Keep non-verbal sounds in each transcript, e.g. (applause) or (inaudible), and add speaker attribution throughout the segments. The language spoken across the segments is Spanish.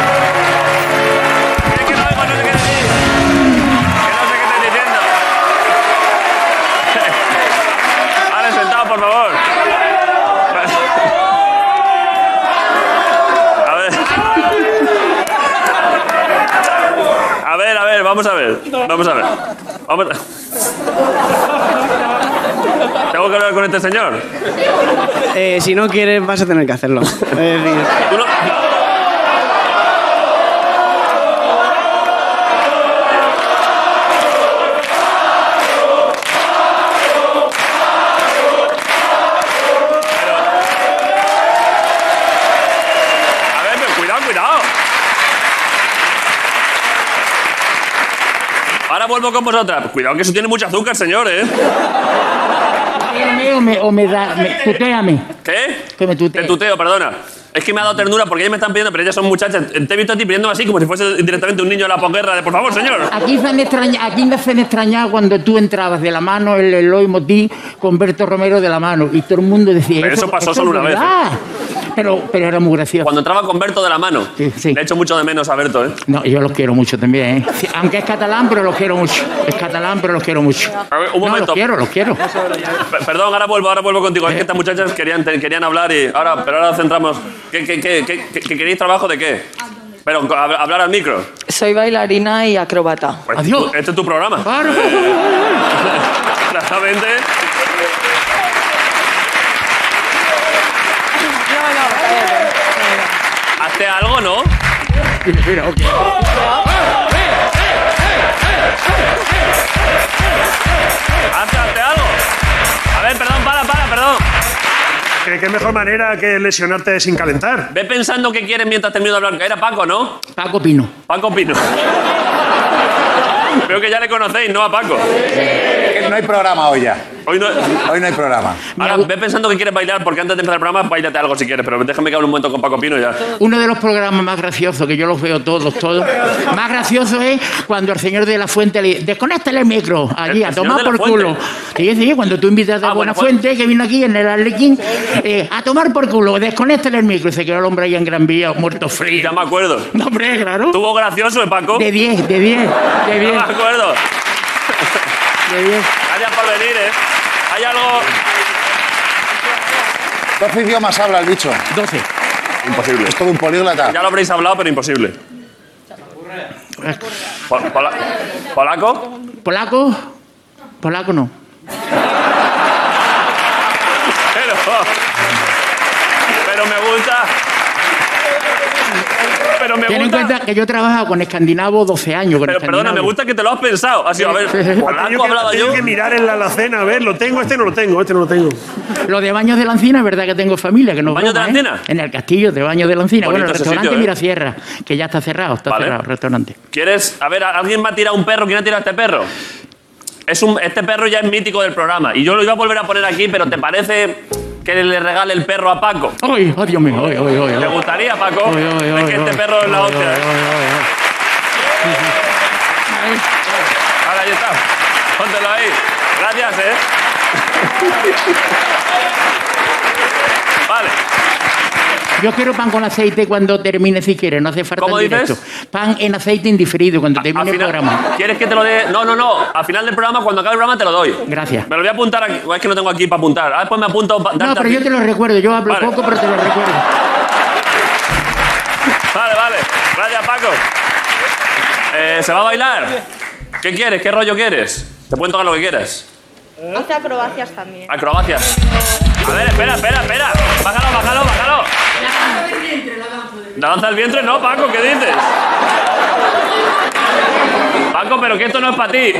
Speaker 1: (laughs) vamos a ver. Vamos a ver. Vamos a- ¿Tengo que hablar con este señor?
Speaker 2: Eh, si no quieres, vas a tener que hacerlo. Es decir,
Speaker 1: Tú no- A ver, pero cuidado, cuidado. Ahora vuelvo con vosotras. Pues Cuidado que eso tiene mucho azúcar, señor, ¿eh?
Speaker 3: Tuteame o me, o me da. Me, tuteame.
Speaker 1: ¿Qué?
Speaker 3: Que me tutee.
Speaker 1: Te tuteo, perdona. Es que me ha dado ternura porque ellas me están pidiendo, pero ellas son muchachas. Eh, Te he visto a ti pidiéndome así como si fuese directamente un niño de la posguerra. De, por favor, señor.
Speaker 3: Aquí se me extraña, aquí me hacen extrañar cuando tú entrabas de la mano el Eloy Motí con Berto Romero de la mano y todo el mundo decía.
Speaker 1: Pero eso pasó
Speaker 3: es
Speaker 1: solo una vez,
Speaker 3: verdad". Pero, pero era muy gracioso.
Speaker 1: Cuando entraba con Berto de la mano.
Speaker 3: Sí, sí.
Speaker 1: Le echo mucho de menos a Berto, ¿eh?
Speaker 3: No, yo los quiero mucho también, ¿eh? Sí, Aunque es catalán, pero los quiero mucho. Es catalán, pero los quiero mucho.
Speaker 1: A ver, un
Speaker 3: No,
Speaker 1: momento.
Speaker 3: los quiero, Eh. los quiero.
Speaker 1: P- Perdón, ahora vuelvo, ahora vuelvo contigo. Es que estas muchachas querían, te- querían hablar y ahora, pero ahora centramos. ¿Qué, qué, qué, qué- qué- qué queréis trabajo de qué? Pero hab- hablar al micro.
Speaker 4: Soy bailarina y acrobata.
Speaker 1: Pues
Speaker 3: Adiós.
Speaker 1: tú- Este es tu programa.
Speaker 3: Claro.
Speaker 1: Claramente. Hazte algo, ¿no?
Speaker 3: Mira, mira, ok.
Speaker 1: Hazte, hazte algo. A ver, perdón, para, para, perdón.
Speaker 5: ¿Qué, qué mejor manera que lesionarte sin calentar?
Speaker 1: Ve pensando qué quieres mientras termino de hablar. Era Paco, ¿no?
Speaker 3: Paco Pino.
Speaker 1: Paco Pino. Veo que ya le conocéis, ¿no? A Paco.
Speaker 6: No hay programa hoy ya.
Speaker 1: Hoy no...
Speaker 6: Hoy no hay programa.
Speaker 1: Ahora, ve pensando que quieres bailar, porque antes de empezar el programa, bailate algo si quieres, pero déjame que hable un momento con Paco Pino y ya.
Speaker 3: Uno de los programas más graciosos, que yo los veo todos, todos, más gracioso es cuando el señor de la Fuente le dice, desconéctale el micro, allí,
Speaker 1: El
Speaker 3: a
Speaker 1: señor de
Speaker 3: tomar
Speaker 1: la
Speaker 3: por
Speaker 1: Fuente.
Speaker 3: culo. Sí, sí, cuando tú invitas a
Speaker 1: Ah,
Speaker 3: Buena
Speaker 1: Buenafuente.
Speaker 3: Fuente, que vino aquí en el Arlequín, eh, a tomar por culo, desconéctale el micro. Y se quedó el hombre ahí en Gran Vía, muerto frío. (laughs)
Speaker 1: Ya me acuerdo.
Speaker 3: No, hombre, claro.
Speaker 1: Tuvo gracioso, ¿eh, Paco?
Speaker 3: De 10, de 10, de 10,
Speaker 1: Ya me acuerdo.
Speaker 3: de 10.
Speaker 1: Gracias por venir, ¿eh? Hay algo...
Speaker 6: ¿Cuántos idiomas habla el bicho?
Speaker 3: 12.
Speaker 1: Imposible.
Speaker 6: Es todo un políglota.
Speaker 1: Ya lo habréis hablado, pero imposible. Pol- pola- ¿Polaco?
Speaker 3: ¿Polaco? Polaco no.
Speaker 1: Pero, pero me gusta... Pero me
Speaker 3: Ten en
Speaker 1: gusta...
Speaker 3: cuenta que yo he trabajado con escandinavo 12 años. Con
Speaker 1: Pero perdona, me
Speaker 3: escandinavos.
Speaker 1: gusta que te lo has pensado. Así, a
Speaker 3: Sí, sí,
Speaker 1: ver,
Speaker 3: sí.
Speaker 1: polaco
Speaker 5: Tengo
Speaker 1: he
Speaker 5: que,
Speaker 1: hablado
Speaker 5: tengo
Speaker 1: yo.
Speaker 5: que mirar en la alacena, a ver, lo tengo, este no lo tengo, este no lo tengo.
Speaker 3: Lo de Baños de la Encina, es verdad que tengo familia. que no
Speaker 1: ¿Baños de la
Speaker 3: broma, ¿eh?
Speaker 1: Encina?
Speaker 3: En el castillo de Baños de la Encina.
Speaker 1: Bonito
Speaker 3: bueno, el
Speaker 1: ese
Speaker 3: restaurante
Speaker 1: sitio, ¿eh?
Speaker 3: Mira Sierra, que ya está cerrado, está
Speaker 1: Vale.
Speaker 3: cerrado el restaurante.
Speaker 1: ¿Quieres? A ver, ¿alguien me ha tirado un perro? ¿Quién ha tirado este perro? Es un, este perro ya es mítico del programa. Y yo lo iba a volver a poner aquí, pero ¿te parece que le regale el perro a Paco?
Speaker 3: ¡Ay, oh, Dios mío! ¡Ay, ay, ay!
Speaker 1: ¿Te
Speaker 3: ay.
Speaker 1: gustaría, Paco?
Speaker 3: Ay, ay, ay,
Speaker 1: es que este
Speaker 3: ay,
Speaker 1: perro es la
Speaker 3: ay,
Speaker 1: hostia.
Speaker 3: ay,
Speaker 1: ¿eh?
Speaker 3: ay, ay, ay.
Speaker 1: Ahora, ahí está. Póntelo ahí. Gracias, ¿eh? vale.
Speaker 3: Yo quiero pan con aceite cuando termine, si quieres. No hace falta
Speaker 1: ¿Cómo
Speaker 3: el
Speaker 1: dices?
Speaker 3: directo. Pan en aceite indiferido cuando
Speaker 1: Al
Speaker 3: termine el
Speaker 1: final-
Speaker 3: programa.
Speaker 1: ¿Quieres que te lo dé? No, no, no. Al final del programa, cuando acabe el programa, te lo doy.
Speaker 3: Gracias.
Speaker 1: Me lo voy a apuntar aquí. Es que no tengo aquí para apuntar. Ahora después me apunto para
Speaker 3: No, pero yo te lo recuerdo. Yo hablo
Speaker 1: Vale.
Speaker 3: poco, pero te lo recuerdo.
Speaker 1: Vale, vale. Gracias, Paco. Eh, ¿Se va a bailar? ¿Qué quieres? ¿Qué rollo quieres? Te pueden tocar lo que quieras.
Speaker 7: Hace acrobacias también.
Speaker 1: Acrobacias. A ver, espera, espera, espera. Bájalo, bájalo, bájalo. La danza del vientre, no, Paco, ¿qué dices? Paco, pero que esto no es para ti.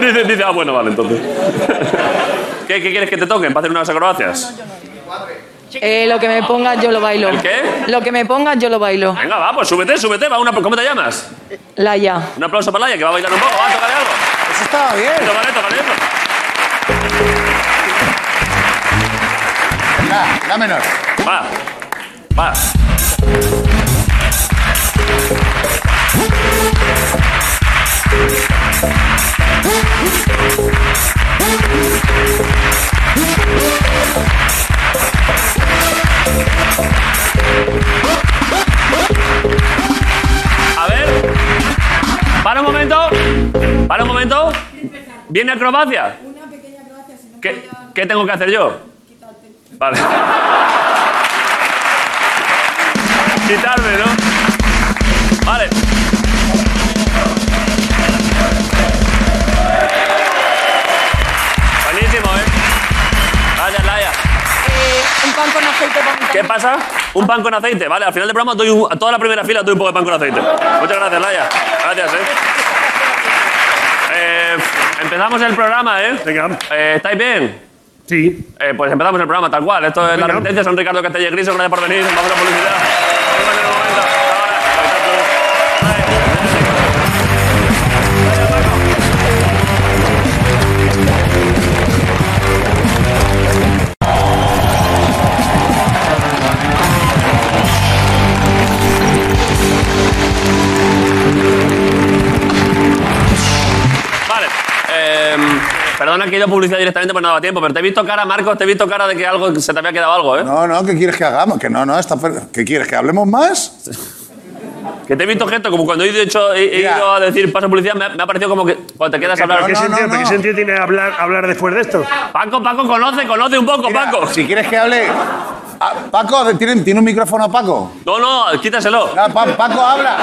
Speaker 1: Dice, dice, ah, bueno, vale, entonces. ¿Qué, qué quieres que te toquen para hacer unas acrobacias?
Speaker 4: Eh, lo que me pongas yo lo bailo.
Speaker 1: ¿El qué?
Speaker 4: Lo que me pongas yo lo bailo.
Speaker 1: Venga, va, pues súbete, súbete. Va, una, ¿Cómo te llamas?
Speaker 4: Laia.
Speaker 1: Un aplauso para Laia, que va a bailar un poco. Va, tócale algo.
Speaker 6: Eso estaba bien.
Speaker 1: Tócale, tócale.
Speaker 6: La, la menor.
Speaker 1: Va, va. A ver. Para un momento. Para un momento. ¿Viene acrobacia? ¿Qué, ¿Qué tengo que hacer yo? Vale. (laughs) Quitarme, ¿no? Vale. ¿eh?
Speaker 4: pan con aceite para untar.
Speaker 1: ¿Qué pasa? Un pan con aceite, ¿vale? Al final del programa doy un- a toda la primera fila doy un poco de pan con aceite. Muchas gracias, Laia. Gracias, ¿eh? Eh, empezamos el programa, ¿eh?
Speaker 5: Venga.
Speaker 1: Eh, ¿Estáis bien?
Speaker 5: Sí.
Speaker 1: Eh, pues empezamos el programa tal cual. Esto es La
Speaker 5: Venga.
Speaker 1: Resistencia. Son Ricardo Castellé Griso. Gracias por venir. Vamos a publicidad. Volvemos en el momento. Hasta ahora. Ahí está tú. Ahí. Vale. Em, perdona que he ido a publicidad directamente, pues no daba tiempo, pero te he visto cara, Marcos, te he visto cara de que algo se te había quedado algo, ¿eh?
Speaker 6: No, no, ¿qué quieres que hagamos? Que no, no, está fuera. ¿Qué quieres? ¿Que hablemos más?
Speaker 1: Que te he visto gesto, como cuando he, dicho, he, he
Speaker 6: Mira.
Speaker 1: ido a decir paso a publicidad, me ha, me ha parecido como que cuando te quedas a hablar.
Speaker 5: ¿Pero ¿Qué
Speaker 6: no,
Speaker 5: sentido
Speaker 6: no,
Speaker 5: ¿Qué
Speaker 6: no.
Speaker 5: sentido tiene hablar, hablar después de esto?
Speaker 1: Paco, Paco, conoce, conoce un poco,
Speaker 6: Mira,
Speaker 1: Paco.
Speaker 6: Si quieres que hable. Ah, Paco, ¿tiene, ¿tiene un micrófono Paco?
Speaker 1: No, no, quítaselo.
Speaker 6: No, Pa- Paco habla.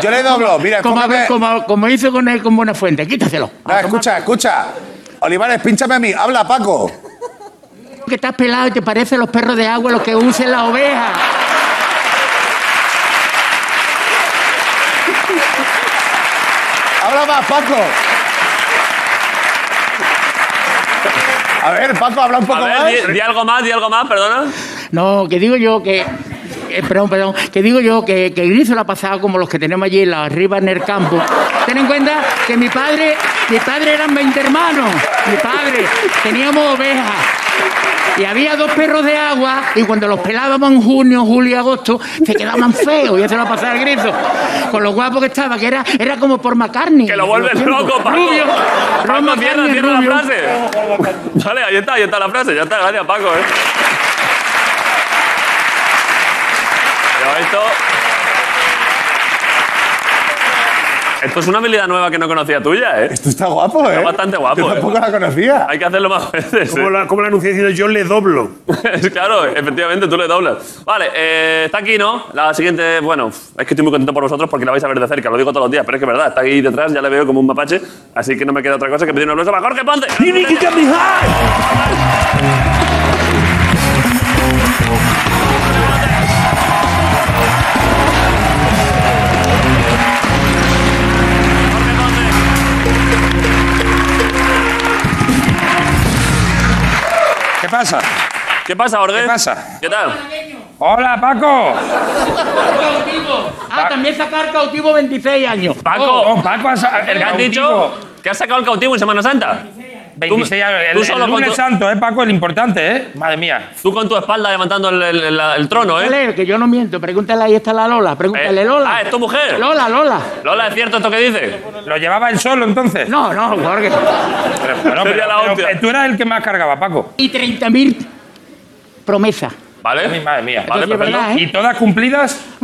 Speaker 6: Yo le doblo. Mira,
Speaker 3: Como,
Speaker 6: escúchame.
Speaker 3: como, como hizo con él con Buenafuente, quítaselo.
Speaker 6: No, escucha, escucha. Olivares, pínchame a mí. Habla, Paco.
Speaker 3: Que estás pelado y te parecen los perros de agua los que usan las ovejas.
Speaker 6: Habla más, Paco. A ver, Paco, habla un poco
Speaker 1: A
Speaker 6: más.
Speaker 1: ver, di, di algo más, di algo más, perdona.
Speaker 3: No, que digo yo que. eh, perdón, perdón. Que digo yo que, que Griso lo ha pasado como los que tenemos allí en la- arriba en el campo. Ten en cuenta que mi padre, mi padre eran 20 hermanos. Mi padre, teníamos ovejas. Y había dos perros de agua y cuando los pelábamos en junio, julio y agosto, se quedaban feos y eso lo ha pasado al griso. Con lo guapo que estaba, que era, era como por McCartney.
Speaker 1: Que lo vuelves
Speaker 3: Los tiempos.
Speaker 1: loco, Paco.
Speaker 3: Rubio. Ron
Speaker 1: Paco, cierra,
Speaker 3: McCartney,
Speaker 1: cierra la
Speaker 3: rubio.
Speaker 1: frase. Vale, ahí está, ahí está la frase, ya está, gracias, Paco, ¿eh? Pero esto. Esto es una habilidad nueva que no conocía tuya, ¿eh?
Speaker 6: Esto está guapo, ¿eh?
Speaker 1: bastante guapo,
Speaker 6: Yo
Speaker 1: ¿eh?
Speaker 6: tampoco la conocía.
Speaker 1: Hay que hacerlo más veces.
Speaker 5: ¿Cómo
Speaker 1: ¿eh?
Speaker 5: la, cómo la anuncié diciendo yo le doblo?
Speaker 1: (laughs) claro, efectivamente, tú le doblas. Vale, eh, está aquí, ¿no? La siguiente, bueno, es que estoy muy contento por vosotros porque la vais a ver de cerca, lo digo todos los días, pero es que es verdad, está ahí detrás, ya le veo como un mapache, así que no me queda otra cosa que pedir un aplauso para Jorge Ponce.
Speaker 8: ¿Qué pasa?
Speaker 1: ¿Qué pasa, Jorge?
Speaker 8: ¿Qué pasa?
Speaker 1: ¿Qué tal?
Speaker 8: ¡Hola, Paco!
Speaker 3: Ah, también sacar cautivo 26 años.
Speaker 1: Paco,
Speaker 8: Oh, Paco, has, el
Speaker 1: ¿qué has
Speaker 8: cautivo.
Speaker 1: dicho? ¿Que has sacado el cautivo en Semana Santa?
Speaker 8: 26 años. El,
Speaker 1: tú
Speaker 8: el
Speaker 1: solo con
Speaker 8: lunes
Speaker 1: tu-
Speaker 8: santo, ¿eh, Paco? El importante, ¿eh? Madre mía.
Speaker 1: Tú con tu espalda levantando el, el- el- el trono, ¿eh?
Speaker 3: Pregúntale, que yo no miento. Pregúntale, ahí está la Lola. Pregúntale,
Speaker 1: Eh,
Speaker 3: Lola.
Speaker 1: ah, ¿es tu mujer?
Speaker 3: Lola, Lola.
Speaker 1: Lola, ¿es cierto esto que dice?
Speaker 8: ¿Lo llevaba él solo, entonces?
Speaker 3: No, no, Jorge.
Speaker 1: (laughs)
Speaker 8: Pero, bueno,
Speaker 1: Sería
Speaker 8: pero-
Speaker 1: la
Speaker 8: pero-
Speaker 1: hostia.
Speaker 8: pero tú eras el que más cargaba, Paco.
Speaker 3: Y 30.000 promesas.
Speaker 1: Eh,
Speaker 8: Ay,
Speaker 1: (laughs) ¿Vale?
Speaker 8: Madre mía.
Speaker 1: Vale, pues,
Speaker 3: Eso sí es
Speaker 1: perfecto.
Speaker 3: verdad, ¿eh?
Speaker 8: ¿Y todas cumplidas? (laughs)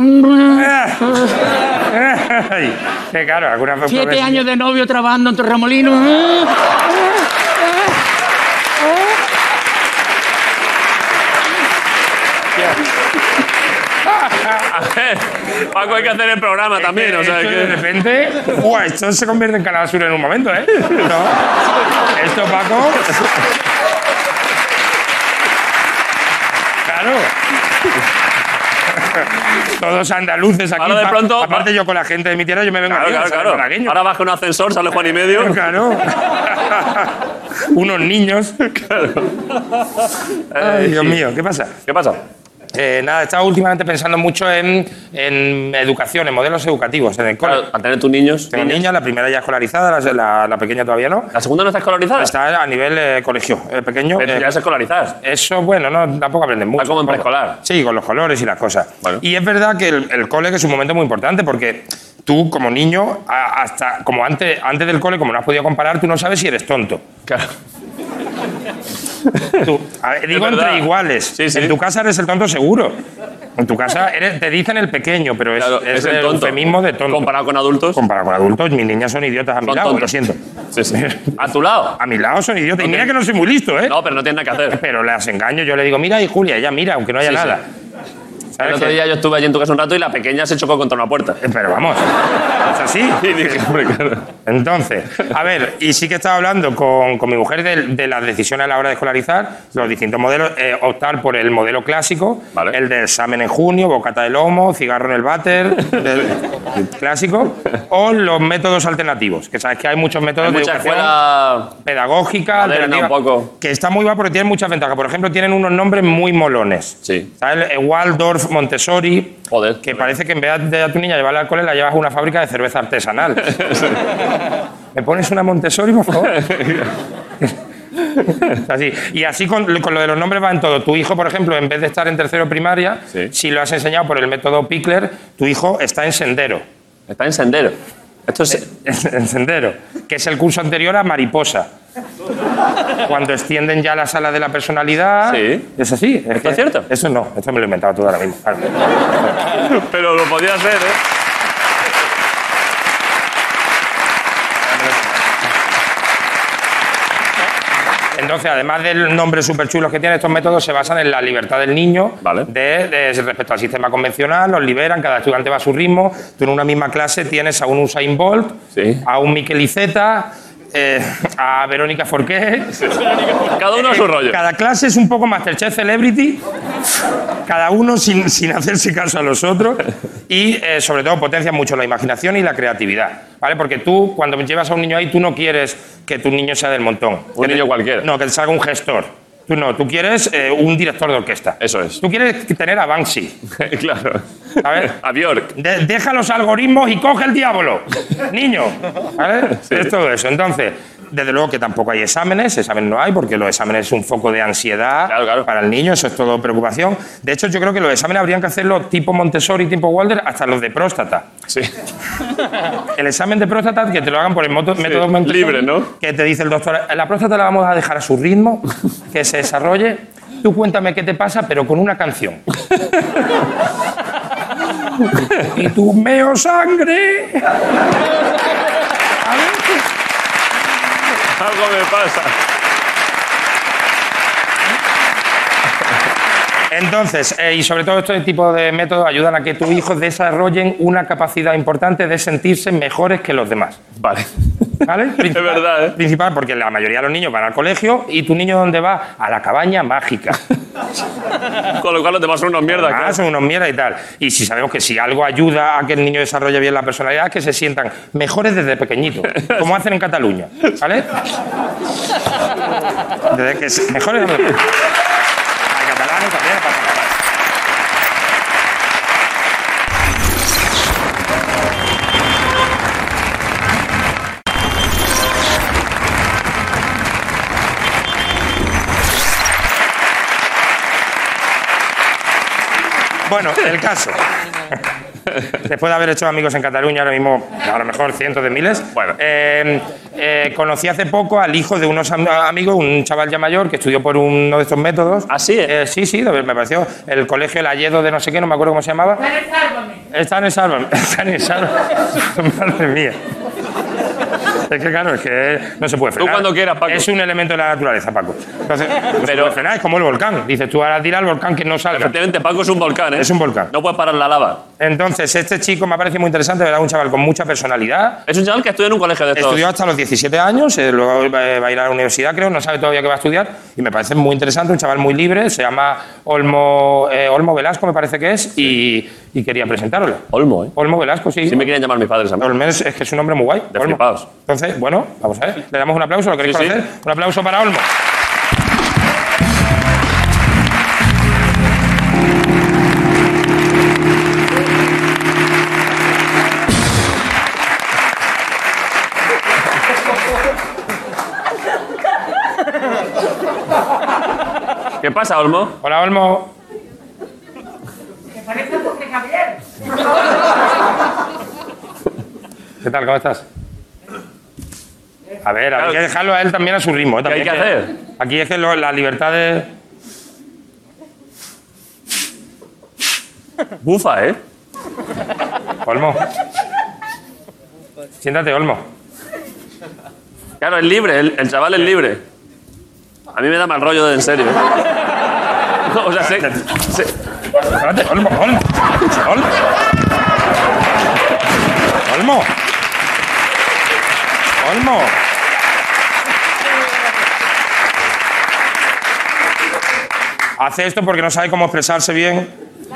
Speaker 8: Ay, que claro, algunas veces-
Speaker 3: Siete años de novio trabajando en Torremolino.
Speaker 1: Eh. A ver, Eh, Paco, hay que hacer el programa también, o sea
Speaker 8: esto
Speaker 1: que...
Speaker 8: de repente, Buah, esto se convierte en Canal Sur en un momento, ¿eh? No. Esto, Paco. Claro. Todos andaluces aquí.
Speaker 1: Ahora de
Speaker 8: pa-
Speaker 1: pronto-
Speaker 8: Aparte, yo con la gente de mi tierra, yo me vengo
Speaker 1: Claro,
Speaker 8: arriba,
Speaker 1: claro,
Speaker 8: ¿sabes?
Speaker 1: claro.
Speaker 8: Malagueño.
Speaker 1: Ahora baja un ascensor, sale
Speaker 8: Eh,
Speaker 1: Juan y medio.
Speaker 8: Claro. Unos niños. Ay, Dios mío, ¿qué pasa?
Speaker 1: Eh, ¿Qué pasa?
Speaker 8: Eh, nada, he estado últimamente pensando mucho en, en educación, en modelos educativos, en el cole.
Speaker 1: Claro, al tener tus niños.
Speaker 8: Tengo
Speaker 1: niñas.
Speaker 8: niña, la primera ya escolarizada, la, la- la pequeña todavía no.
Speaker 1: La segunda no está escolarizada.
Speaker 8: Está a nivel eh, colegio, eh, pequeño.
Speaker 1: Ah. Pero
Speaker 8: eh,
Speaker 1: ya se escolariza.
Speaker 8: eso, bueno, no, tampoco aprenden mucho.
Speaker 1: como en
Speaker 8: tampoco.
Speaker 1: preescolar.
Speaker 8: Sí, con los colores y las cosas.
Speaker 1: Bueno.
Speaker 8: Y es verdad que el, el cole que es un momento muy importante porque tú, como niño, a- hasta como antes, antes del cole, como no has podido comparar, tú no sabes si eres
Speaker 1: (laughs)
Speaker 8: tonto.
Speaker 1: Claro.
Speaker 8: Tú- a ver, digo
Speaker 1: verdad.
Speaker 8: entre iguales.
Speaker 1: Sí, sí.
Speaker 8: En tu casa eres el tonto seguro. En tu
Speaker 1: (laughs)
Speaker 8: casa eres- te dicen el pequeño, pero es,
Speaker 1: Claro,
Speaker 8: es el, eufemismo de tonto.
Speaker 1: Comparado con adultos.
Speaker 8: Comparado con adultos, mis niñas son idiotas a mi
Speaker 1: Son
Speaker 8: lado,
Speaker 1: tontos.
Speaker 8: lo siento.
Speaker 1: Sí, sí.
Speaker 8: (laughs)
Speaker 1: A tu lado.
Speaker 8: A mi lado son idiotas.
Speaker 1: Ok.
Speaker 8: Y mira que no soy muy listo, ¿eh?
Speaker 1: No, pero no tiene nada que hacer.
Speaker 8: Pero las engaño, yo le digo, mira, y Julia, ella mira, aunque no haya
Speaker 1: Sí,
Speaker 8: nada.
Speaker 1: El
Speaker 8: ¿Sabes
Speaker 1: otro
Speaker 8: qué?
Speaker 1: día yo estuve allí en tu casa un rato y la pequeña se chocó contra una puerta.
Speaker 8: Eh, Pero vamos, es
Speaker 1: (laughs)
Speaker 8: así.
Speaker 1: Y dije, hombre, claro.
Speaker 8: Entonces, a ver, y sí que estaba hablando con, con mi mujer de, de las decisiones a la hora de escolarizar, los distintos modelos, eh, optar por el modelo clásico,
Speaker 1: Vale.
Speaker 8: el de examen en junio, bocata de lomo, cigarro en el váter, del-
Speaker 1: (laughs)
Speaker 8: clásico, o los métodos alternativos, que sabes que hay muchos métodos
Speaker 1: Hay
Speaker 8: de
Speaker 1: mucha
Speaker 8: educación
Speaker 1: escuela.
Speaker 8: pedagógica,
Speaker 1: Moderna
Speaker 8: alternativa,
Speaker 1: un poco.
Speaker 8: que está muy guay porque tiene muchas ventajas. Por ejemplo, tienen unos nombres muy molones.
Speaker 1: Sí.
Speaker 8: ¿Sabes? Eh, Waldorf, Montessori.
Speaker 1: Joder.
Speaker 8: Que parece que en vez de a tu niña llevarla al cole, la llevas a una fábrica de cerveza
Speaker 1: (laughs)
Speaker 8: artesanal. ¿Me pones una Montessori, por favor? (laughs) Así. Y así con, con lo de los nombres va en todo. Tu hijo, por ejemplo, en vez de estar en tercero primaria,
Speaker 1: Sí.
Speaker 8: si lo has enseñado por el método Pickler, tu hijo está en sendero.
Speaker 1: Está en sendero. Esto es.
Speaker 8: (laughs) en sendero, que es el curso anterior a mariposa. Cuando extienden ya la sala de la personalidad.
Speaker 1: Sí.
Speaker 8: Es así. es
Speaker 1: ¿Esto
Speaker 8: que-
Speaker 1: es cierto?
Speaker 8: Eso no, esto me lo he inventado tú ahora mismo. Claro.
Speaker 1: (laughs) Pero lo podía hacer, ¿eh?
Speaker 8: Entonces, además del nombre súper chulo que tiene, estos métodos se basan en la libertad del niño
Speaker 1: Vale.
Speaker 8: de, de- respecto al sistema convencional, los liberan, cada estudiante va a su ritmo. Tú en una misma clase tienes a un Usain Bolt,
Speaker 1: Sí.
Speaker 8: a un Mikel Iceta, eh, a Verónica Forqué.
Speaker 1: Cada uno a su rollo.
Speaker 8: Eh, Cada clase es un poco Masterchef Celebrity, cada uno sin, sin hacerse caso a los otros y eh, sobre todo potencia mucho la imaginación y la creatividad. ¿Vale? Porque tú, cuando llevas a un niño ahí, tú no quieres que tu niño sea del montón.
Speaker 1: Un
Speaker 8: Que te-
Speaker 1: niño cualquiera.
Speaker 8: No, que te salga un gestor. Tú no, tú quieres eh, un director de orquesta.
Speaker 1: Eso es.
Speaker 8: Tú quieres tener a Banksy.
Speaker 1: (laughs) claro.
Speaker 8: A ver.
Speaker 1: A Bjork.
Speaker 8: De- deja los algoritmos y coge el diablo. Niño. ¿Vale?
Speaker 1: (laughs)
Speaker 8: Es todo eso. Entonces, desde luego que tampoco hay exámenes, exámenes no hay, porque los exámenes es un foco de ansiedad
Speaker 1: Claro, claro.
Speaker 8: para el niño, eso es todo preocupación. De hecho, yo creo que los exámenes habrían que hacerlo tipo Montessori, tipo Walder, hasta los de próstata.
Speaker 1: Sí.
Speaker 8: El examen de próstata, que te lo hagan por el moto- método Montessori,
Speaker 1: libre, ¿no?
Speaker 8: Que te dice el doctor, la próstata la vamos a dejar a su ritmo, que se desarrolle. Tú cuéntame qué te pasa, pero con una
Speaker 1: (laughs)
Speaker 8: canción. y tú meo sangre. A ver.
Speaker 1: Algo me pasa.
Speaker 8: Entonces, eh, y sobre todo este tipo de métodos ayudan a que tus hijos desarrollen una capacidad importante de sentirse mejores que los demás.
Speaker 1: Vale.
Speaker 8: ¿Vale?
Speaker 1: (laughs)
Speaker 8: Principal-
Speaker 1: verdad, ¿eh?
Speaker 8: Principal, porque la mayoría de los niños van al colegio y tu niño ¿dónde va? A la cabaña mágica.
Speaker 1: Con lo cual los demás son unos mierdas.
Speaker 8: Ah,
Speaker 1: claro.
Speaker 8: son unos mierda y tal. Y si sabemos que si algo ayuda a que el niño desarrolle bien la personalidad, es que se sientan mejores desde pequeñito, como hacen en Cataluña, ¿vale? Desde que se- mejores desde pequeñito. Hay catalanes también, hay catalanes. Bueno, el caso. Después de haber hecho amigos en Cataluña, ahora mismo, a lo mejor cientos de miles,
Speaker 1: Bueno.
Speaker 8: eh, eh, conocí hace poco al hijo de unos am- amigos, un chaval ya mayor que estudió por uno de estos métodos.
Speaker 1: ¿Ah, sí, eh?
Speaker 8: Eh, sí, sí, de- me pareció el colegio El Ayedo de no sé qué, no me acuerdo cómo se llamaba. Está en el Sálvame. Está en el Sálvame. (laughs) Madre mía. Es que claro, es que no se puede frenar.
Speaker 1: cuando quieras, Paco.
Speaker 8: Es un elemento de la naturaleza, Paco. Entonces, no se
Speaker 1: Pero-
Speaker 8: puede frenar, es como el volcán. Dices, tú ahora tira al volcán que no salga.
Speaker 1: Efectivamente, Paco es un volcán, ¿eh?
Speaker 8: Es un volcán.
Speaker 1: No puedes parar la lava.
Speaker 8: Entonces, este chico me ha parecido muy interesante, ¿verdad? Un chaval con mucha personalidad.
Speaker 1: Es un chaval que estudia en un colegio de estos.
Speaker 8: Estudió hasta los 17 años, eh, luego eh, va a ir a la universidad, creo, no sabe todavía qué va a estudiar. Y me parece muy interesante, un chaval muy libre, se llama Olmo, eh, Olmo Velasco, me parece que es, y, y quería presentarlo.
Speaker 1: Olmo, ¿eh?
Speaker 8: Olmo Velasco, sí.
Speaker 1: Sí me quieren llamar mis padres a mí.
Speaker 8: Olmes es que es un nombre muy guay.
Speaker 1: De
Speaker 8: Olmo.
Speaker 1: flipados.
Speaker 8: Entonces, bueno, vamos a ver. Le damos un aplauso, ¿lo queréis
Speaker 1: Sí, sí.
Speaker 8: conocer? Un aplauso para Olmo.
Speaker 1: ¿Qué pasa, Olmo?
Speaker 8: Hola, Olmo. ¿Qué tal? ¿Cómo estás? A ver,
Speaker 1: Claro.
Speaker 8: hay que dejarlo a él también a su ritmo. ¿eh?
Speaker 1: hay
Speaker 8: También
Speaker 1: que
Speaker 8: es que-
Speaker 1: hacer?
Speaker 8: Aquí es que lo- la libertad de...
Speaker 1: Bufa, ¿eh?
Speaker 8: Olmo. Siéntate, Olmo.
Speaker 1: Claro, es libre, el, el chaval es libre. A mí me da mal rollo de en serio. ¿eh? (laughs) No, o sea, se- se-
Speaker 8: Espérate, Olmo, Olmo. Olmo. Olmo. Olmo. Hace esto porque no sabe cómo expresarse bien.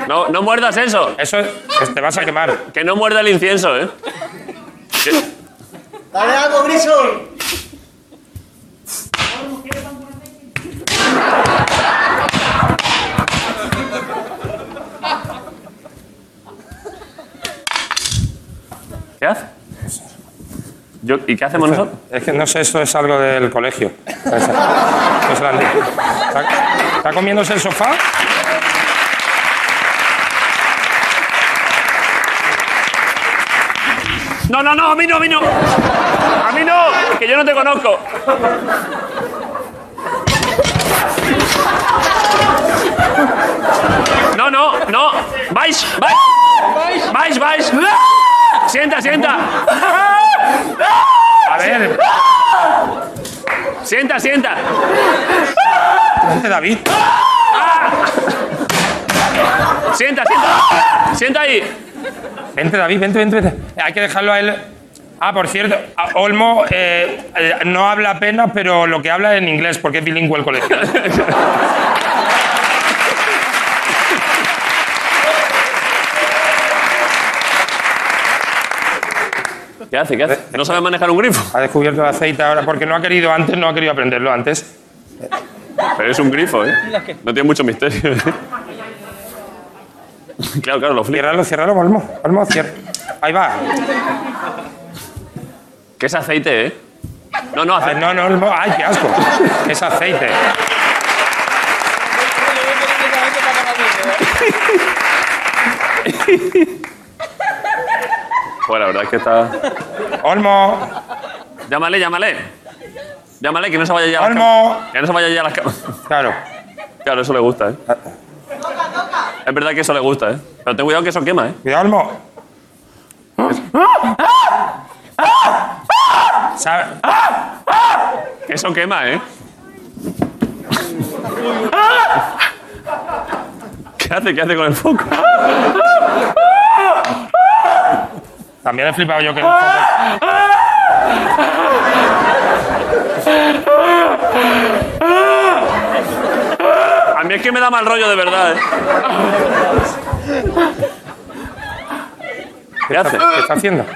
Speaker 1: no, no muerdas eso.
Speaker 8: Eso es- te vas a quemar.
Speaker 1: Que no muerda el incienso, ¿eh?
Speaker 6: ¡Dale algo, Grison!
Speaker 1: ¿Qué hace? Yo- ¿Y qué hacemos nosotros?
Speaker 8: Es que no sé, esto es algo del colegio. No se lo han dicho. ¿Está, está comiéndose el sofá?
Speaker 1: No, no, no, a mí no, a mí no. A mí no, que yo no te conozco. No, no, no. Vais, vais. Vais, vais. Sienta, sienta.
Speaker 8: A ver,
Speaker 1: Sienta, sienta.
Speaker 8: vente, David.
Speaker 1: Sienta, sienta. Sienta ahí.
Speaker 8: Vente, David, vente, vente, vente. Hay que dejarlo a él. Ah, por cierto, a- Olmo eh, eh, no habla apenas, pero lo que habla es en inglés, porque es bilingüe el colegio.
Speaker 1: ¿Qué hace? ¿Qué hace? ¿Que no sabe manejar un grifo?
Speaker 8: Ha descubierto el aceite ahora, porque no ha querido antes, no ha querido aprenderlo antes.
Speaker 1: Pero es un grifo, ¿eh? No tiene mucho misterio. Claro, claro, lo flipa.
Speaker 8: Ciérralo, ciérralo, Olmo. Olmo, cierra. Ahí va.
Speaker 1: Que es aceite, ¿eh? No, no,
Speaker 8: Ay,
Speaker 1: aceite.
Speaker 8: Ah, no, no, Olmo. Ay, qué asco. Es aceite.
Speaker 1: Pues la verdad es que está.
Speaker 8: Olmo.
Speaker 1: Llámale, llámale. Llámale, que no se vaya ya a las
Speaker 8: Olmo.
Speaker 1: camas. Que no se vaya ya a las camas.
Speaker 8: Claro.
Speaker 1: (laughs) Claro, eso le gusta, ¿eh? Es verdad que eso le gusta, ¿eh? Pero ten cuidado que eso quema, ¿eh?
Speaker 8: Cuidado, Olmo. ¿Sabe?
Speaker 1: Que eso quema, ¿eh? (laughs) ¿Qué hace? ¿Qué hace con el foco?
Speaker 8: También he flipado yo que el foco-
Speaker 1: A mí es que me da mal rollo de verdad, ¿eh? ¿Qué hace?
Speaker 8: ¿Qué está haciendo?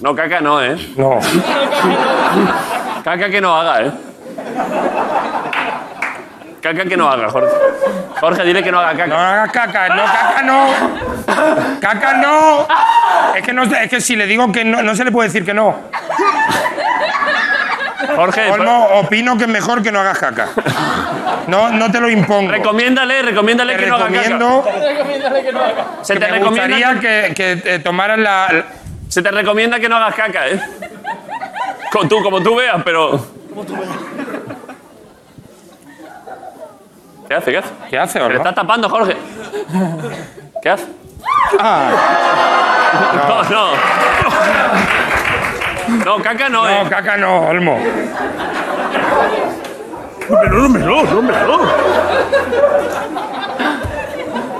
Speaker 1: No, caca no, ¿eh?
Speaker 8: No.
Speaker 1: Caca que no haga, ¿eh? Caca que no haga, Jorge. Jorge, dile que no haga
Speaker 8: No
Speaker 1: caca.
Speaker 8: hagas caca, no, caca no. Caca no. Es que, no, es que si le digo que no, no se le puede decir que no.
Speaker 1: Jorge,
Speaker 8: Olmo, opino que es mejor que no hagas caca. No, no te lo impongo.
Speaker 1: recomiéndale, recomiéndale
Speaker 8: te
Speaker 1: que no haga caca.
Speaker 8: recomiendo
Speaker 1: Se te,
Speaker 8: que me
Speaker 1: recomienda
Speaker 8: gustaría que, que, eh, tomaras la, la-
Speaker 1: se te recomienda que no hagas caca, ¿eh? Con tú, como tú veas, pero... ¿Qué hace? ¿Qué hace?
Speaker 8: ¿Qué hace,
Speaker 1: Se le
Speaker 8: Olmo?
Speaker 1: está tapando, Jorge. ¿Qué hace?
Speaker 8: Ah.
Speaker 1: (laughs) no, no. No, caca no,
Speaker 8: No,
Speaker 1: ¿eh?
Speaker 8: caca no, Olmo.
Speaker 5: No, hombre, no, no, hombre, no.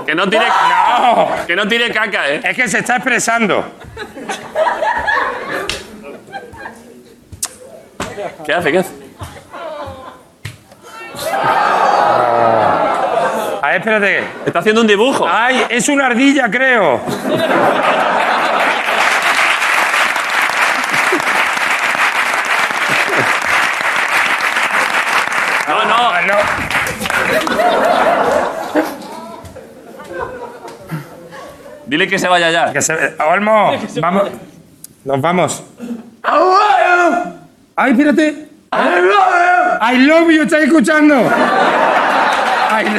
Speaker 1: Que no tire,
Speaker 8: No.
Speaker 1: que no tire caca, ¿eh?
Speaker 8: Es que se está expresando.
Speaker 1: ¿Qué hace? ¿Qué hace?
Speaker 8: A ver, espérate.
Speaker 1: Está haciendo un dibujo.
Speaker 8: Ay, es una ardilla, creo.
Speaker 1: No, no.
Speaker 8: Ah, no.
Speaker 1: Dile que se vaya ya.
Speaker 8: Que se- Olmo, vamos. Nos vamos. Ay, espérate. I love you, ¿estáis escuchando? I lo-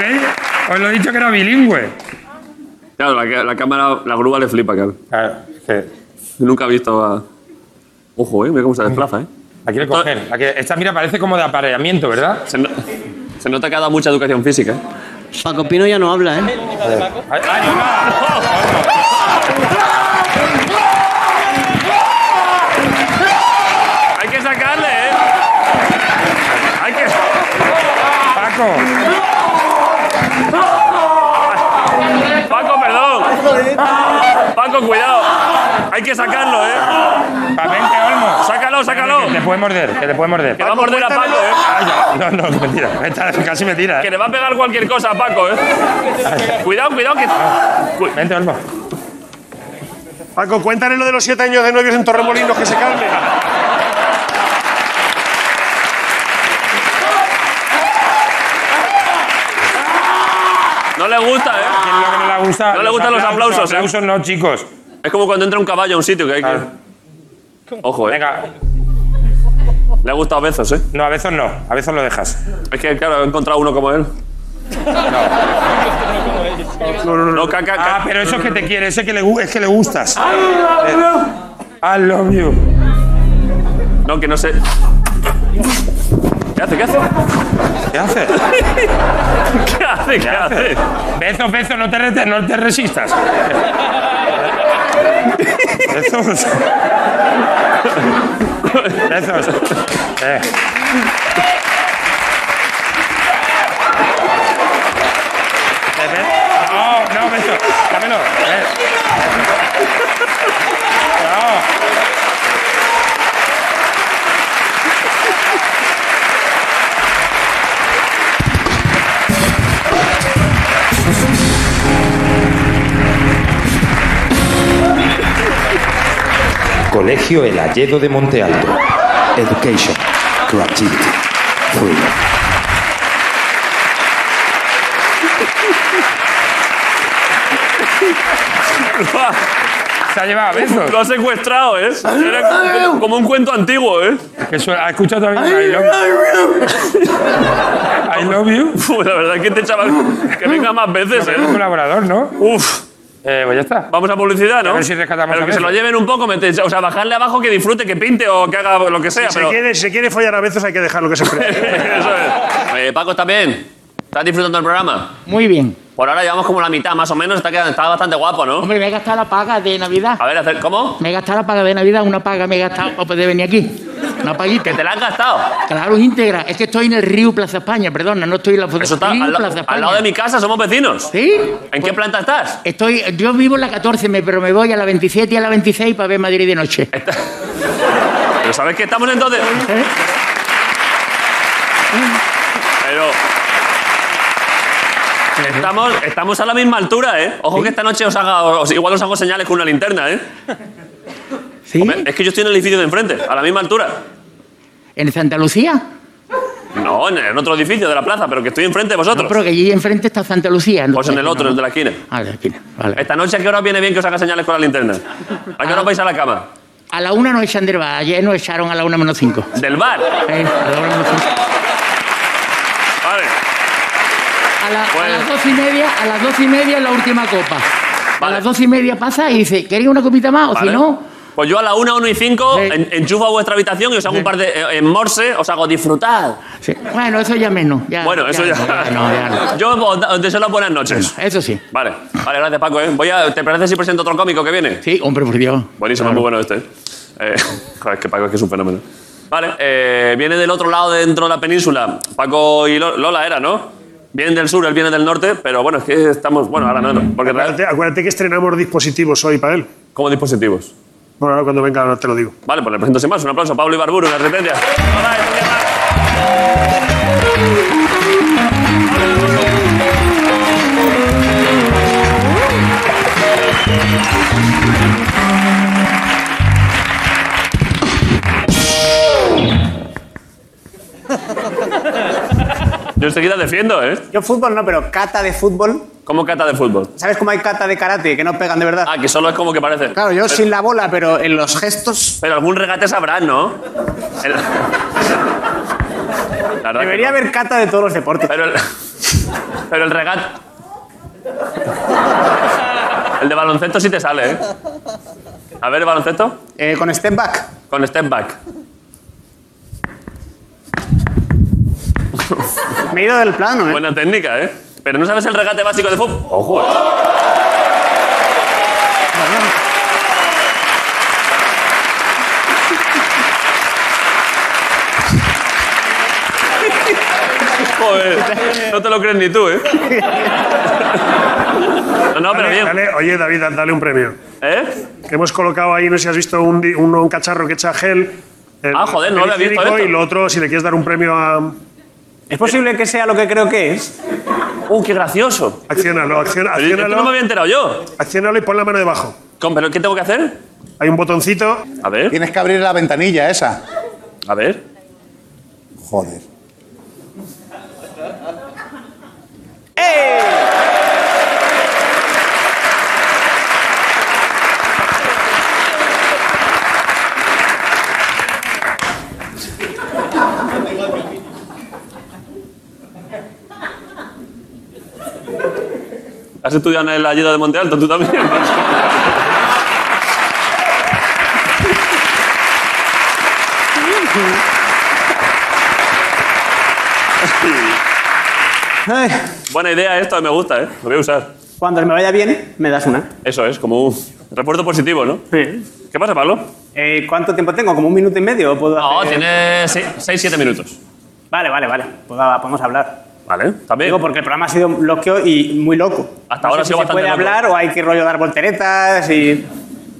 Speaker 8: ¿Veis? Os lo he dicho que era bilingüe.
Speaker 1: Claro, la, ca- la cámara, la grúa le flipa, claro.
Speaker 8: Claro, que-
Speaker 1: Nunca he visto a... Ojo, eh, mira cómo se desplaza, eh.
Speaker 8: La quiere
Speaker 1: Esto-
Speaker 8: coger. La que- esta, mira, parece como de apareamiento, ¿verdad?
Speaker 1: Se, no- se nota que ha dado mucha educación física, eh.
Speaker 2: Paco Pino ya no habla, ¿eh?
Speaker 8: Ay, ay,
Speaker 1: Ah.
Speaker 8: va.
Speaker 1: Hay que sacarle, eh. Hay que... con cuidado. Hay que sacarlo, ¿eh?
Speaker 8: Pa' vente, Olmo.
Speaker 1: Sácalo, sácalo.
Speaker 8: Que te puede morder, que te puede morder.
Speaker 1: Que va a morder a Paco, ¿eh?
Speaker 8: Ay, no, no, que me tira. Me está- casi me tira.
Speaker 1: Que
Speaker 8: ¿eh?
Speaker 1: le va a pegar cualquier cosa a Paco, ¿eh? Cuidado, cuidado, que... Cu-
Speaker 8: Vente, Olmo.
Speaker 5: Paco, cuéntale lo de los siete años de novios en Torremolinos, que se calme.
Speaker 1: No le gusta, ¿eh?
Speaker 8: Ah. ¿Quién es lo que no le gusta?
Speaker 1: No le gustan los aplausos, ¿eh?
Speaker 8: Aplausos no, chicos.
Speaker 1: Es como cuando entra un caballo a un sitio que hay
Speaker 8: Claro.
Speaker 1: que... Ojo, ¿eh?
Speaker 8: Venga,
Speaker 1: Le ha gustado a veces, ¿eh?
Speaker 8: no, a veces no. A veces lo dejas.
Speaker 1: Es que, claro, he encontrado uno como él.
Speaker 5: No, no, no.
Speaker 1: No, caca,
Speaker 8: Ah,
Speaker 1: caca.
Speaker 8: pero eso es que te quiere, ese que le, gu- es que le gustas.
Speaker 1: Ah,
Speaker 8: Eh, I love you.
Speaker 1: No, que no sé... ¿Qué hace? ¿Qué hace?
Speaker 8: ¿Qué haces?
Speaker 1: ¿Qué hace? ¿Qué hace?
Speaker 8: Beso, beso, no te, re- no te resistas. Besos. Besos. Eh. Eh, be- No, no, beso. Dámelo. Eh. No.
Speaker 9: Colegio El Alledo de Monte Alto. Education, creativity, freedom.
Speaker 8: Se ha llevado
Speaker 10: (laughs)
Speaker 8: besos.
Speaker 1: Lo ha secuestrado, ¿eh? Era como- como un cuento antiguo, ¿eh?
Speaker 8: Que su- ¿Ha escuchado todavía? I love you. I love you.
Speaker 1: Uf, la verdad es que este chaval... Que venga más veces,
Speaker 8: Es un
Speaker 1: ¿eh?
Speaker 8: colaborador, ¿no?
Speaker 1: Uf.
Speaker 8: Eh, pues ya está.
Speaker 1: Vamos a publicidad, ¿no?
Speaker 8: A ver si rescatamos
Speaker 1: Pero
Speaker 8: a
Speaker 1: que se
Speaker 8: Messi.
Speaker 1: lo lleven un poco, mete- o sea, bajarle abajo que disfrute, que pinte o que haga lo que sea,
Speaker 5: Si se,
Speaker 1: pero...
Speaker 5: quiere, si se quiere follar a veces hay que dejarlo que se
Speaker 1: (laughs)
Speaker 5: frene.
Speaker 1: Eso es. Oye, Paco, ¿estás bien? ¿Estás disfrutando del programa?
Speaker 3: Muy bien.
Speaker 1: Por ahora llevamos como la mitad, más o menos, está, quedando- está bastante guapo, ¿no?
Speaker 3: Hombre, me he gastado la paga de Navidad.
Speaker 1: A ver, hacer- ¿cómo?
Speaker 3: Me he gastado la paga de Navidad, una paga me he gastado para poder venir aquí. Una paguita.
Speaker 1: Que te la has gastado.
Speaker 3: Claro, íntegra. Es que estoy en el Río Plaza España, perdona, no estoy en la foto.
Speaker 1: Eso está
Speaker 3: Río
Speaker 1: al, la-
Speaker 3: Plaza España.
Speaker 1: al lado de mi casa, somos vecinos.
Speaker 3: ¿Sí? Pues
Speaker 1: ¿En qué planta estás?
Speaker 3: Estoy, yo vivo en la 14, me- pero me voy a la 27 y a la 26 para ver Madrid de noche.
Speaker 1: Pero sabes que estamos entonces... Pero... Estamos, estamos a la misma altura, ¿eh? Ojo que esta noche os haga... os- igual os hago señales con una linterna, ¿eh?
Speaker 3: ¿Sí?
Speaker 1: Hombre, Es que yo estoy en el edificio de enfrente, a la misma altura.
Speaker 3: ¿En Santa Lucía?
Speaker 1: No, en en otro edificio de la plaza, pero que estoy enfrente de vosotros.
Speaker 3: No, pero que allí enfrente está Santa Lucía. ¿no?
Speaker 1: Pues en el otro, el de Eh. la esquina.
Speaker 3: Ah, de la esquina, vale.
Speaker 1: Esta noche, ¿a qué hora os viene bien que os haga señales con la linterna? ¿A qué hora os vais a la cama?
Speaker 3: A la una no echan del bar, ayer nos echaron a la una menos
Speaker 1: (laughs)
Speaker 3: cinco.
Speaker 1: Del bar.
Speaker 3: Eh, a la una menos cinco.
Speaker 1: Vale.
Speaker 3: Pues A, la- a
Speaker 1: Bueno.
Speaker 3: las dos y media, a las dos y media es la última copa. A
Speaker 1: Vale.
Speaker 3: las dos y media pasa y dice, ¿queréis una copita más? O
Speaker 1: vale.
Speaker 3: si no,
Speaker 1: Pues yo a la 1, 1 y 5
Speaker 3: Sí.
Speaker 1: enchufo a vuestra habitación y os hago un par de. eh, En morse, os hago disfrutad.
Speaker 3: sí. bueno, eso ya menos. Ah, ya-
Speaker 1: Bueno, eso ya.
Speaker 3: no, no, ya no.
Speaker 1: (laughs) Yo os da- os deseo las buenas noches.
Speaker 3: Eso sí.
Speaker 1: Vale, vale, gracias Paco. ¿eh? Voy a, ¿Te parece si presento otro cómico que viene?
Speaker 3: Sí, hombre, por Dios.
Speaker 1: Buenísimo, muy bueno este. ¿eh? Eh, (laughs) joder, es que Paco es que es un fenómeno. Vale, eh, viene del otro lado dentro de la península. Paco y Lo- Lola era, ¿no? Vienen del sur, él viene del norte, pero bueno, es que estamos. Bueno, ahora no, no, porque real-
Speaker 5: Acuérdate, acuérdate que estrenamos dispositivos hoy para él.
Speaker 1: como dispositivos.
Speaker 5: Bueno, ahora cuando venga ahora te lo digo.
Speaker 1: Vale, pues le presento sin más. Un aplauso a Pablo Ibarburu, una resistencia. Hola, Ibarburu. Pablo Ibarburu. Yo enseguida defiendo, ¿eh?
Speaker 2: Yo fútbol no, pero cata de fútbol.
Speaker 1: Como cata de fútbol.
Speaker 2: ¿Sabes cómo hay cata de karate que no pegan de verdad?
Speaker 1: Ah, que solo es como que parece.
Speaker 2: Claro, yo sin la bola, pero en los gestos.
Speaker 1: Pero algún regate sabrás, ¿no? El- (laughs) La verdad
Speaker 2: Debería
Speaker 1: que no.
Speaker 2: haber cata de todos los deportes.
Speaker 1: Pero el, pero el regate. El de baloncesto sí te sale, ¿eh? A ver, el baloncesto.
Speaker 2: Eh, con step back.
Speaker 1: Con step back.
Speaker 2: Me he ido del plano, ¿eh?
Speaker 1: Buena técnica, ¿eh? Pero no sabes el regate básico de fútbol. Ojo, eh. Joder, no te lo crees ni tú, ¿eh? No, no, pero
Speaker 5: Dale,
Speaker 1: bien.
Speaker 5: dale- oye, David, dale un premio.
Speaker 1: ¿Eh?
Speaker 5: Que hemos colocado ahí, no sé si has visto un, di- un, un cacharro que echa gel. el-
Speaker 1: Ah, joder, no lo había visto
Speaker 5: periférico,
Speaker 1: esto.
Speaker 5: Y lo otro, si le quieres dar un premio a.
Speaker 10: ¿Es posible que sea (laughs) lo que creo que es?
Speaker 1: ¡Uh, qué gracioso!
Speaker 5: Acciónalo, acciona-
Speaker 1: Pero esto no me había
Speaker 5: acciónalo.
Speaker 1: enterado yo.
Speaker 5: Acciónalo y pon la mano debajo.
Speaker 1: Con- ¿Pero qué tengo que hacer?
Speaker 5: Hay un botoncito.
Speaker 1: A ver,
Speaker 6: Tienes que abrir la ventanilla esa.
Speaker 1: a ver.
Speaker 6: Joder.
Speaker 1: ¿Has estudiado en la ayuda de Monte Alto tú también? (laughs)
Speaker 10: Ay,
Speaker 1: Buena idea esta, me gusta, ¿eh? Lo voy a usar.
Speaker 10: cuando me vaya bien, me das una.
Speaker 1: Eso es, como un refuerzo positivo, ¿no?
Speaker 10: Sí.
Speaker 1: ¿Qué pasa, Pablo? Eh,
Speaker 10: Eh, ¿Cuánto tiempo tengo? ¿Como un minuto y medio? ¿O ¿Puedo
Speaker 1: No,
Speaker 10: hacer?
Speaker 1: tiene 6-7 minutos.
Speaker 10: Vale, vale, vale. Pues va, podemos hablar.
Speaker 1: Vale, también.
Speaker 10: Digo, porque el programa ha sido loquio y muy loco.
Speaker 1: Hasta ahora ha
Speaker 10: sé
Speaker 1: sido
Speaker 10: si se
Speaker 1: bastante
Speaker 10: puede
Speaker 1: loco.
Speaker 10: hablar o hay que rollo dar volteretas y...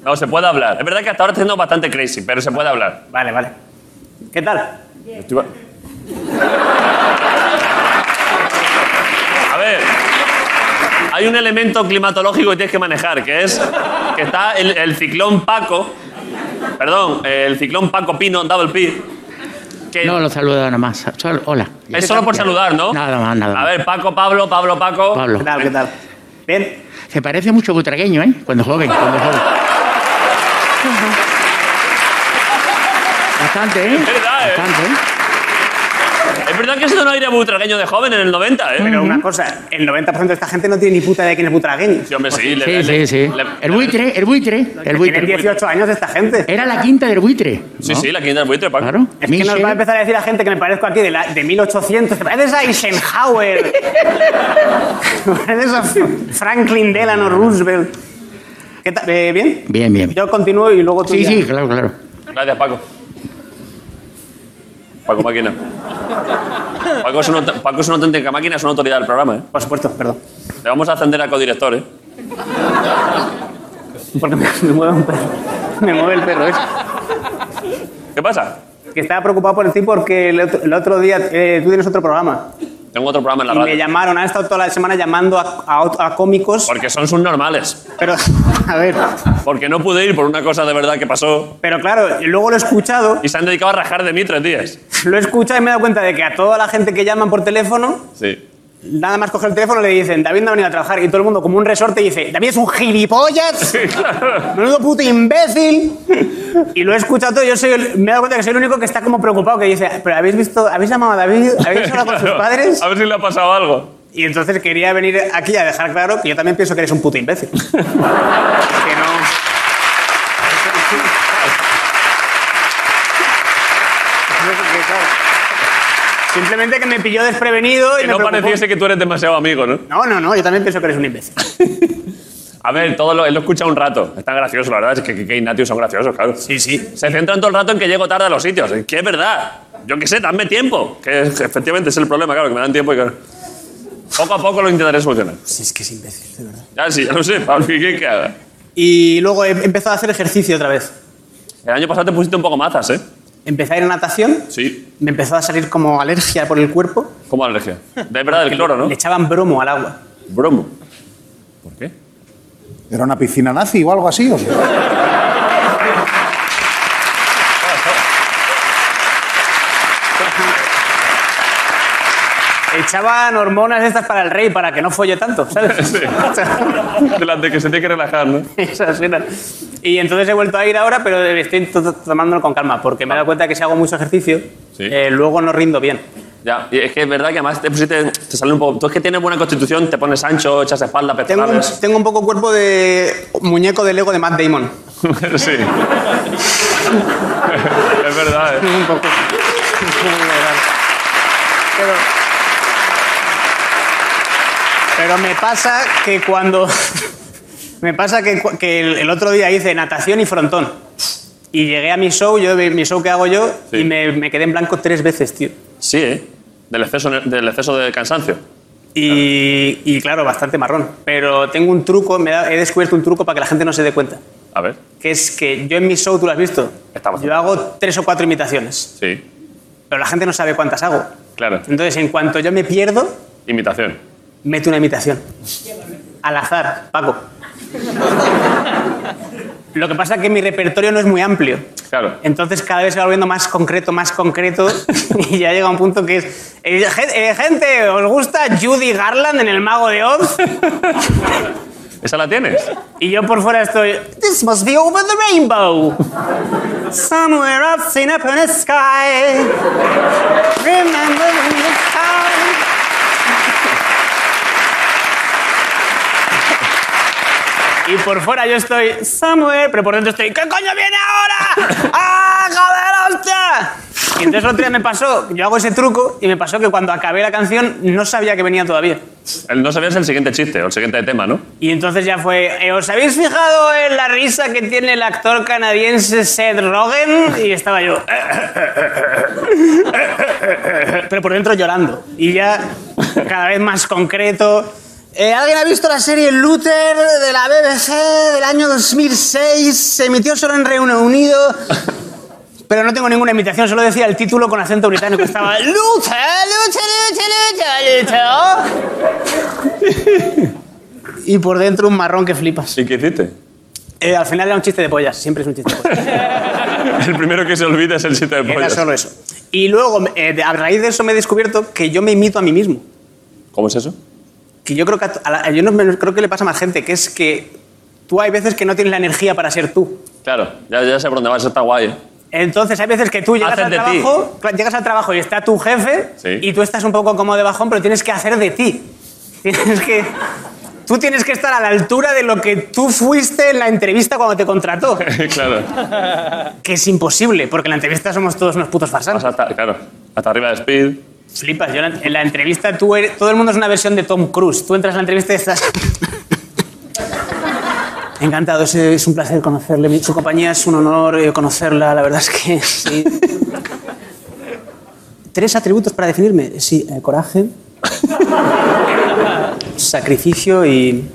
Speaker 1: No, se puede hablar. Es verdad que hasta ahora está siendo bastante crazy, pero se puede hablar.
Speaker 10: Vale, vale. ¿Qué tal?
Speaker 1: Estoy ba- A ver, hay un elemento climatológico que tienes que manejar, que es que está el, el ciclón Paco, perdón, el ciclón Paco Pino, Double P, que
Speaker 3: No, lo saludo nada más. Solo- hola.
Speaker 1: es solo por saludar, ¿no?
Speaker 3: Nada más, nada más.
Speaker 1: Oh. A ver, Paco, Pablo, Pablo, Paco.
Speaker 3: Pablo.
Speaker 10: ¿Qué tal? ¿Qué tal? ¿Bien?
Speaker 3: Se parece mucho a Butragueño, ¿eh? Cuando joven, cuando joven. Bastante, ¿eh?
Speaker 1: verdad, ¿eh?
Speaker 3: Bastante, ¿eh?
Speaker 1: Es verdad que se un aire butragueño de joven en el
Speaker 3: Mm.
Speaker 1: 90, ¿eh?
Speaker 10: Pero una cosa, el 90% de esta gente no tiene ni puta idea de quién es Butragueño.
Speaker 1: Sí, hombre, sí. le-
Speaker 3: Sí, sí,
Speaker 1: le-
Speaker 3: sí.
Speaker 1: le-
Speaker 3: El buitre, el buitre, el
Speaker 10: Tienen
Speaker 3: buitre.
Speaker 10: 18 años esta gente.
Speaker 3: Era la quinta del buitre.
Speaker 1: Sí,
Speaker 3: ¿no?
Speaker 1: sí, la quinta del buitre, Paco.
Speaker 3: Claro.
Speaker 10: Es que nos va a empezar a decir la gente que me parezco aquí de, la, de 1800. ¿Te pareces a Eisenhower? (laughs) ¿Te pareces a F- Franklin Delano Roosevelt? ¿Qué tal? Eh, ¿Bien?
Speaker 3: Bien, bien. bien.
Speaker 10: Yo continúo y luego tú
Speaker 3: Sí,
Speaker 10: ya.
Speaker 3: sí, claro, claro.
Speaker 1: Gracias, Paco. Paco Máquina. Paco es, una, aut- Paco es una auténtica máquina, es una autoridad del programa, ¿eh?
Speaker 10: Por supuesto, perdón.
Speaker 1: Le vamos a ascender a codirector, ¿eh?
Speaker 10: Porque me, me mueve un perro. Me mueve el perro, ¿eh?
Speaker 1: ¿Qué pasa?
Speaker 10: Que estaba preocupado por ti porque el otro, el otro día eh, tú tienes otro programa.
Speaker 1: Tengo otro
Speaker 3: Ah,
Speaker 1: programa en la
Speaker 10: Y me
Speaker 1: radio.
Speaker 10: llamaron, han estado toda la semana llamando a, a ot- a cómicos.
Speaker 1: Porque son sus normales.
Speaker 10: Pero, (laughs) a ver.
Speaker 1: Porque no pude ir por una cosa de verdad que pasó.
Speaker 10: Pero claro, y luego lo he escuchado.
Speaker 1: Y se han dedicado a rajar de mí tres días.
Speaker 10: Lo he escuchado y me he dado cuenta de que a toda la gente que llaman por teléfono
Speaker 1: Sí.
Speaker 10: Nada más coge el teléfono le dicen, David no ha venido a trabajar. Y todo el mundo, como un resorte, dice, David es un gilipollas, menudo puto imbécil. Y lo he escuchado todo, yo soy el- me he dado cuenta que soy el único que está como preocupado, que dice, pero ¿habéis visto, habéis llamado a David? ¿Habéis hablado con sus
Speaker 1: Claro.
Speaker 10: padres? Pues
Speaker 1: A ver si le ha pasado algo.
Speaker 10: Y entonces quería venir aquí a dejar claro que yo también pienso que eres un puto imbécil. que
Speaker 1: (laughs)
Speaker 10: no... Simplemente que me pilló desprevenido y
Speaker 1: Que
Speaker 10: me
Speaker 1: no
Speaker 10: preocupó.
Speaker 1: pareciese que tú eres demasiado amigo, ¿no?
Speaker 10: No, no, no, yo también pienso que eres un imbécil.
Speaker 1: A ver, todo lo, él lo escucha un rato. Está gracioso, la verdad. Es que Kike y Natius son graciosos, claro.
Speaker 10: Sí, sí.
Speaker 1: Se centran todo el rato en que llego tarde a los sitios. Es Que es verdad. Yo qué sé, dame tiempo. Que es- efectivamente es el problema, claro, que me dan tiempo y claro. Poco a poco lo intentaré solucionar.
Speaker 10: Sí, es que es imbécil, de verdad.
Speaker 1: Ya sí, ya lo sé, Pablo, ¿qué quieres que haga?
Speaker 10: Y luego he empezado a hacer ejercicio otra vez.
Speaker 1: El año pasado te pusiste un poco mazas, ¿eh?
Speaker 10: Empecé a ir a natación,
Speaker 1: Sí.
Speaker 10: me empezó a salir como alergia por el cuerpo.
Speaker 1: ¿Cómo alergia? De verdad, del cloro, ¿no?
Speaker 10: Le echaban bromo al agua.
Speaker 1: Bromo. ¿Por qué?
Speaker 6: ¿Era una piscina nazi o algo así? ¿o qué?
Speaker 10: Echaban hormonas estas para el rey, para que no folle tanto, ¿sabes?
Speaker 1: (laughs) Sí. (laughs) Delante, que se tiene que relajar, ¿no?
Speaker 10: Esas eran. Y entonces he vuelto a ir ahora, pero estoy to- tomándolo con calma, porque me he dado cuenta que si hago mucho ejercicio,
Speaker 1: Sí.
Speaker 10: eh, luego no rindo bien.
Speaker 1: Ya, y es que es verdad que además te pusiste, te sale un poco. Tú es que tienes buena constitución, te pones ancho, echas espalda,
Speaker 10: Tengo un,
Speaker 1: pectorales.
Speaker 10: tengo un poco cuerpo de muñeco de Lego de Matt Damon.
Speaker 1: sí. es verdad, ¿eh?
Speaker 10: Un poco. Pero, pero me pasa que cuando. (laughs) Me pasa que, cu- que el, el otro día hice natación y frontón. Y llegué a mi show, yo, mi show que hago yo,
Speaker 1: Sí.
Speaker 10: y me, me quedé en blanco tres veces, tío.
Speaker 1: Sí, ¿eh? Del exceso, del exceso de cansancio.
Speaker 10: Y, y claro, bastante marrón. Pero tengo un truco, me da- he descubierto un truco para que la gente no se dé cuenta.
Speaker 1: A ver,
Speaker 10: Que es que yo en mi show, tú lo has visto,
Speaker 1: Estamos.
Speaker 10: yo hago tres o cuatro imitaciones.
Speaker 1: sí,
Speaker 10: Pero la gente no sabe cuántas hago.
Speaker 1: claro.
Speaker 10: Entonces, en cuanto yo me pierdo,
Speaker 1: Imitación.
Speaker 10: meto una imitación. Al azar, Paco. Lo que pasa es que mi repertorio no es muy amplio.
Speaker 1: Claro.
Speaker 10: Entonces cada vez se va volviendo más concreto, más concreto, (laughs) y ya llega un punto que es... eh, gen- eh, gente, ¿os gusta Judy Garland en El Mago de Oz?
Speaker 1: ¿Esa la tienes?
Speaker 10: Y yo por fuera estoy... This must be over the rainbow. Somewhere I've seen up in the sky. Remember when the sky... (laughs) Y por fuera yo estoy... Somewhere... Pero por dentro estoy... ¿Qué coño viene ahora? ¡Ah, joder, hostia! Y entonces el otro día me pasó... Yo hago ese truco y me pasó que cuando acabé la canción no sabía que venía todavía.
Speaker 1: El no sabías el siguiente chiste o el siguiente tema, ¿no?
Speaker 10: Y entonces ya fue, eh, ¿os habéis fijado en la risa que tiene el actor canadiense Seth Rogen? Y estaba yo... Pero por dentro llorando. Y ya
Speaker 5: (laughs)
Speaker 10: cada vez más concreto. Eh, ¿Alguien ha visto la serie Luther de la BBC del año 2006? Se emitió solo en Reino Unido. Pero no tengo ninguna imitación, solo decía el título con acento británico. Estaba Luther, Luther, Luther, Luther. Y por dentro un marrón que flipas.
Speaker 1: ¿Y qué hiciste?
Speaker 10: Eh, al final era un chiste de pollas, siempre es un chiste de pollas.
Speaker 1: (laughs) El primero que se olvida es el chiste de
Speaker 10: Era
Speaker 1: pollas.
Speaker 10: solo eso. Y luego, eh, de- a raíz de eso me he descubierto que yo me imito a mí mismo.
Speaker 1: ¿Cómo es eso?
Speaker 10: Que yo creo que, a to- a la- yo no me- creo que le pasa a más gente, que es que tú hay veces que no tienes la energía para ser tú.
Speaker 1: Claro, ya, ya sé por dónde vas, está guay. ¿eh?
Speaker 10: Entonces hay veces que tú llegas
Speaker 1: Haces
Speaker 10: al,
Speaker 1: de ti.
Speaker 10: trabajo, cla- llegas al trabajo y está tu jefe
Speaker 1: Sí.
Speaker 10: y tú estás un poco como de bajón, pero tienes que hacer de ti. (laughs) Tienes que... Tú tienes que estar a la altura de lo que tú fuiste en la entrevista cuando te
Speaker 1: (laughs)
Speaker 10: contrató,
Speaker 1: (laughs) claro,
Speaker 10: que es imposible, porque en la entrevista somos todos unos putos farsantes.
Speaker 1: vas hasta, claro, hasta arriba de Speed.
Speaker 10: Flipas, yo en la- en la entrevista tú eres- todo el mundo es una versión de Tom Cruise. Tú entras en la entrevista y estás... Encantado, es, eh, es un placer conocerle. Mi- Su compañía es un honor eh, conocerla, la verdad es que (laughs) sí. Tres atributos para definirme. Sí, eh, coraje, (laughs) sacrificio y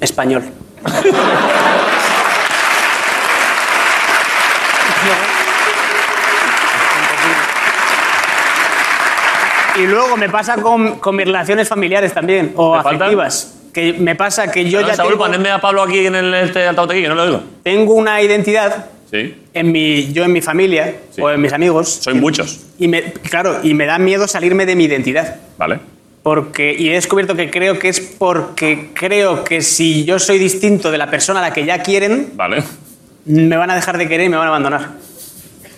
Speaker 10: español. Y luego me pasa con, con mis relaciones familiares también, o
Speaker 1: ¿Te faltan?
Speaker 10: afectivas. Que me pasa que yo
Speaker 1: Perdón,
Speaker 10: ya
Speaker 1: Saúl,
Speaker 10: tengo,
Speaker 1: ponedme a Pablo aquí en el, este altavoz aquí, que no lo oigo.
Speaker 10: tengo una identidad
Speaker 1: Sí,
Speaker 10: en mi, yo en mi familia
Speaker 1: Sí.
Speaker 10: o en mis amigos
Speaker 1: soy muchos,
Speaker 10: y me, claro, y me da miedo salirme de mi identidad.
Speaker 1: ¿vale?
Speaker 10: Porque, y he descubierto que creo que es porque creo que si yo soy distinto de la persona a la que ya quieren,
Speaker 1: Vale.
Speaker 10: me van a dejar de querer y me van a abandonar.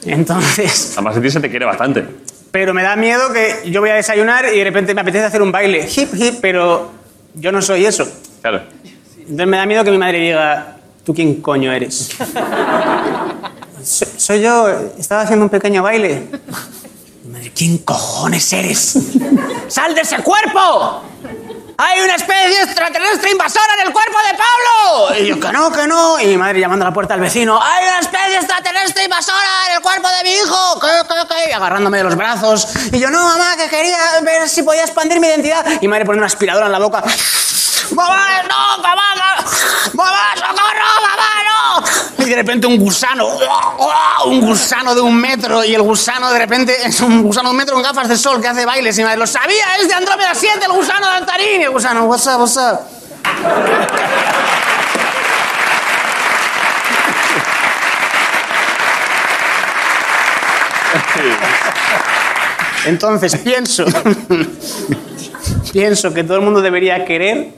Speaker 10: Entonces, (laughs)
Speaker 1: Además, a ti se te quiere bastante.
Speaker 10: pero me da miedo que yo voy a desayunar y de repente me apetece hacer un baile, hip hip, pero yo no soy eso.
Speaker 1: Claro.
Speaker 10: Entonces me da miedo que mi madre diga, ¿tú quién coño eres? "So- soy yo, estaba haciendo un pequeño baile. Mi Madre, ¿quién cojones eres? (laughs) ¡Sal de ese cuerpo! ¡Hay una especie extraterrestre invasora en el cuerpo de Pablo! Y yo, que no, que no. Y mi madre llamando a la puerta al vecino, ¡hay una especie extraterrestre invasora en el cuerpo de mi hijo! ¿Qué, qué, qué? Y agarrándome de los brazos. Y yo, no, mamá, que quería ver si podía expandir mi identidad. Y mi madre pone una aspiradora en la boca. (laughs) ¡Mamá, no, mamá, no! ¡Mamá, socorro, mamá, no! Y de repente un gusano, ¡guau, guau! un gusano de un metro, y el gusano de repente es un gusano de un metro con gafas de sol que hace bailes. Y mi madre, ¡lo sabía! ¡Es de Andrómeda 7, el gusano de Antarín! Y el gusano, what's up, what's up? Entonces pienso, pienso que todo el mundo debería querer,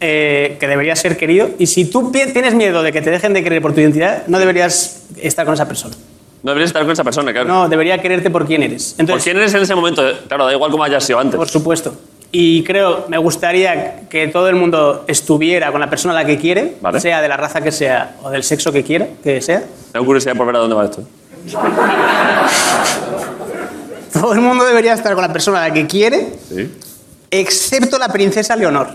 Speaker 10: eh, que debería ser querido, y si tú pi- tienes miedo de que te dejen de querer por tu identidad, no deberías estar con esa persona.
Speaker 1: No deberías estar con esa persona, claro.
Speaker 10: No, debería quererte por quién eres.
Speaker 1: ¿Por
Speaker 10: Entonces,
Speaker 1: quién eres en ese momento? Claro, da igual cómo hayas sido antes.
Speaker 10: por supuesto. Y creo, me gustaría que todo el mundo estuviera con la persona a la que quiere,
Speaker 1: Vale.
Speaker 10: sea de la raza que sea o del sexo que quiera, que sea.
Speaker 1: Tengo curiosidad por ver a dónde va esto.
Speaker 10: Todo el mundo debería estar con la persona a la que quiere,
Speaker 1: Sí.
Speaker 10: excepto la princesa Leonor.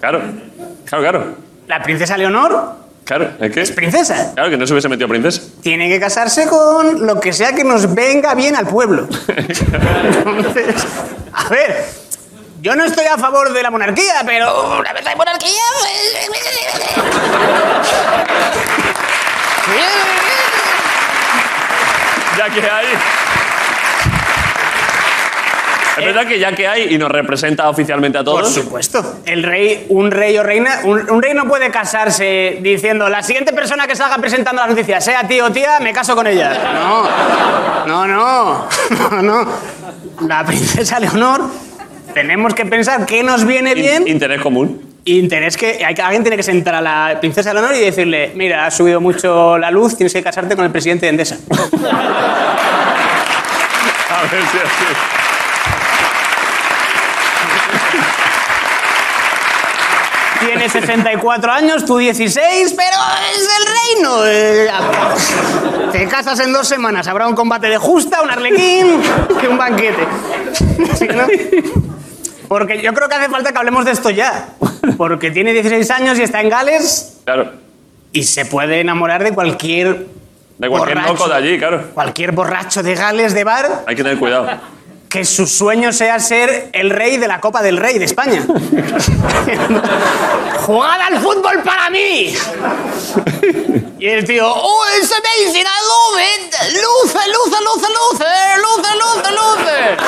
Speaker 1: Claro. Claro, claro.
Speaker 10: La princesa Leonor
Speaker 1: Claro, ¿es que?
Speaker 10: Princesa.
Speaker 1: Claro, que no se hubiese metido princesa.
Speaker 10: Tiene que casarse con lo que sea que nos venga bien al (laughs) pueblo. Entonces, a ver, yo no estoy a favor de la monarquía, pero una vez hay monarquía... pues,
Speaker 1: Ya que hay. Es verdad que ya que hay y nos representa oficialmente a todos.
Speaker 10: Eh. Por supuesto. El rey, un rey o reina, un, un rey no puede casarse diciendo la siguiente persona que salga presentando las noticias, sea tío o tía, me caso con ella. No, no, no, (laughs) no, no. La princesa Leonor, tenemos que pensar qué nos viene
Speaker 1: In-
Speaker 10: bien.
Speaker 1: Interés común.
Speaker 10: Interés que hay que- alguien tiene que sentar a la princesa Leonor y decirle, mira, ha subido mucho la luz, tienes que casarte con el presidente de Endesa.
Speaker 1: (laughs) A ver si así.
Speaker 10: Tiene 64 años, tú 16, pero es el reino.
Speaker 2: (laughs)
Speaker 10: eh, a- te casas en dos semanas, habrá un combate de justa, un arlequín y un banquete. Sí, ¿no? Porque yo creo que hace falta que hablemos de esto ya. Porque tiene 16 años y está en Gales
Speaker 1: Claro.
Speaker 10: y se puede enamorar de cualquier,
Speaker 1: De cualquier
Speaker 10: Borracho.
Speaker 1: loco de allí, claro.
Speaker 10: cualquier borracho de Gales de bar
Speaker 1: Hay que tener
Speaker 10: (laughs)
Speaker 1: cuidado.
Speaker 10: que su sueño sea ser el rey de la Copa del Rey de España. ¡Jugad al fútbol para mí! Y el tío, ¡Oh, it's amazing! I love it! ¡Luce, luce, luce, luce! ¡Luce, luce, luce!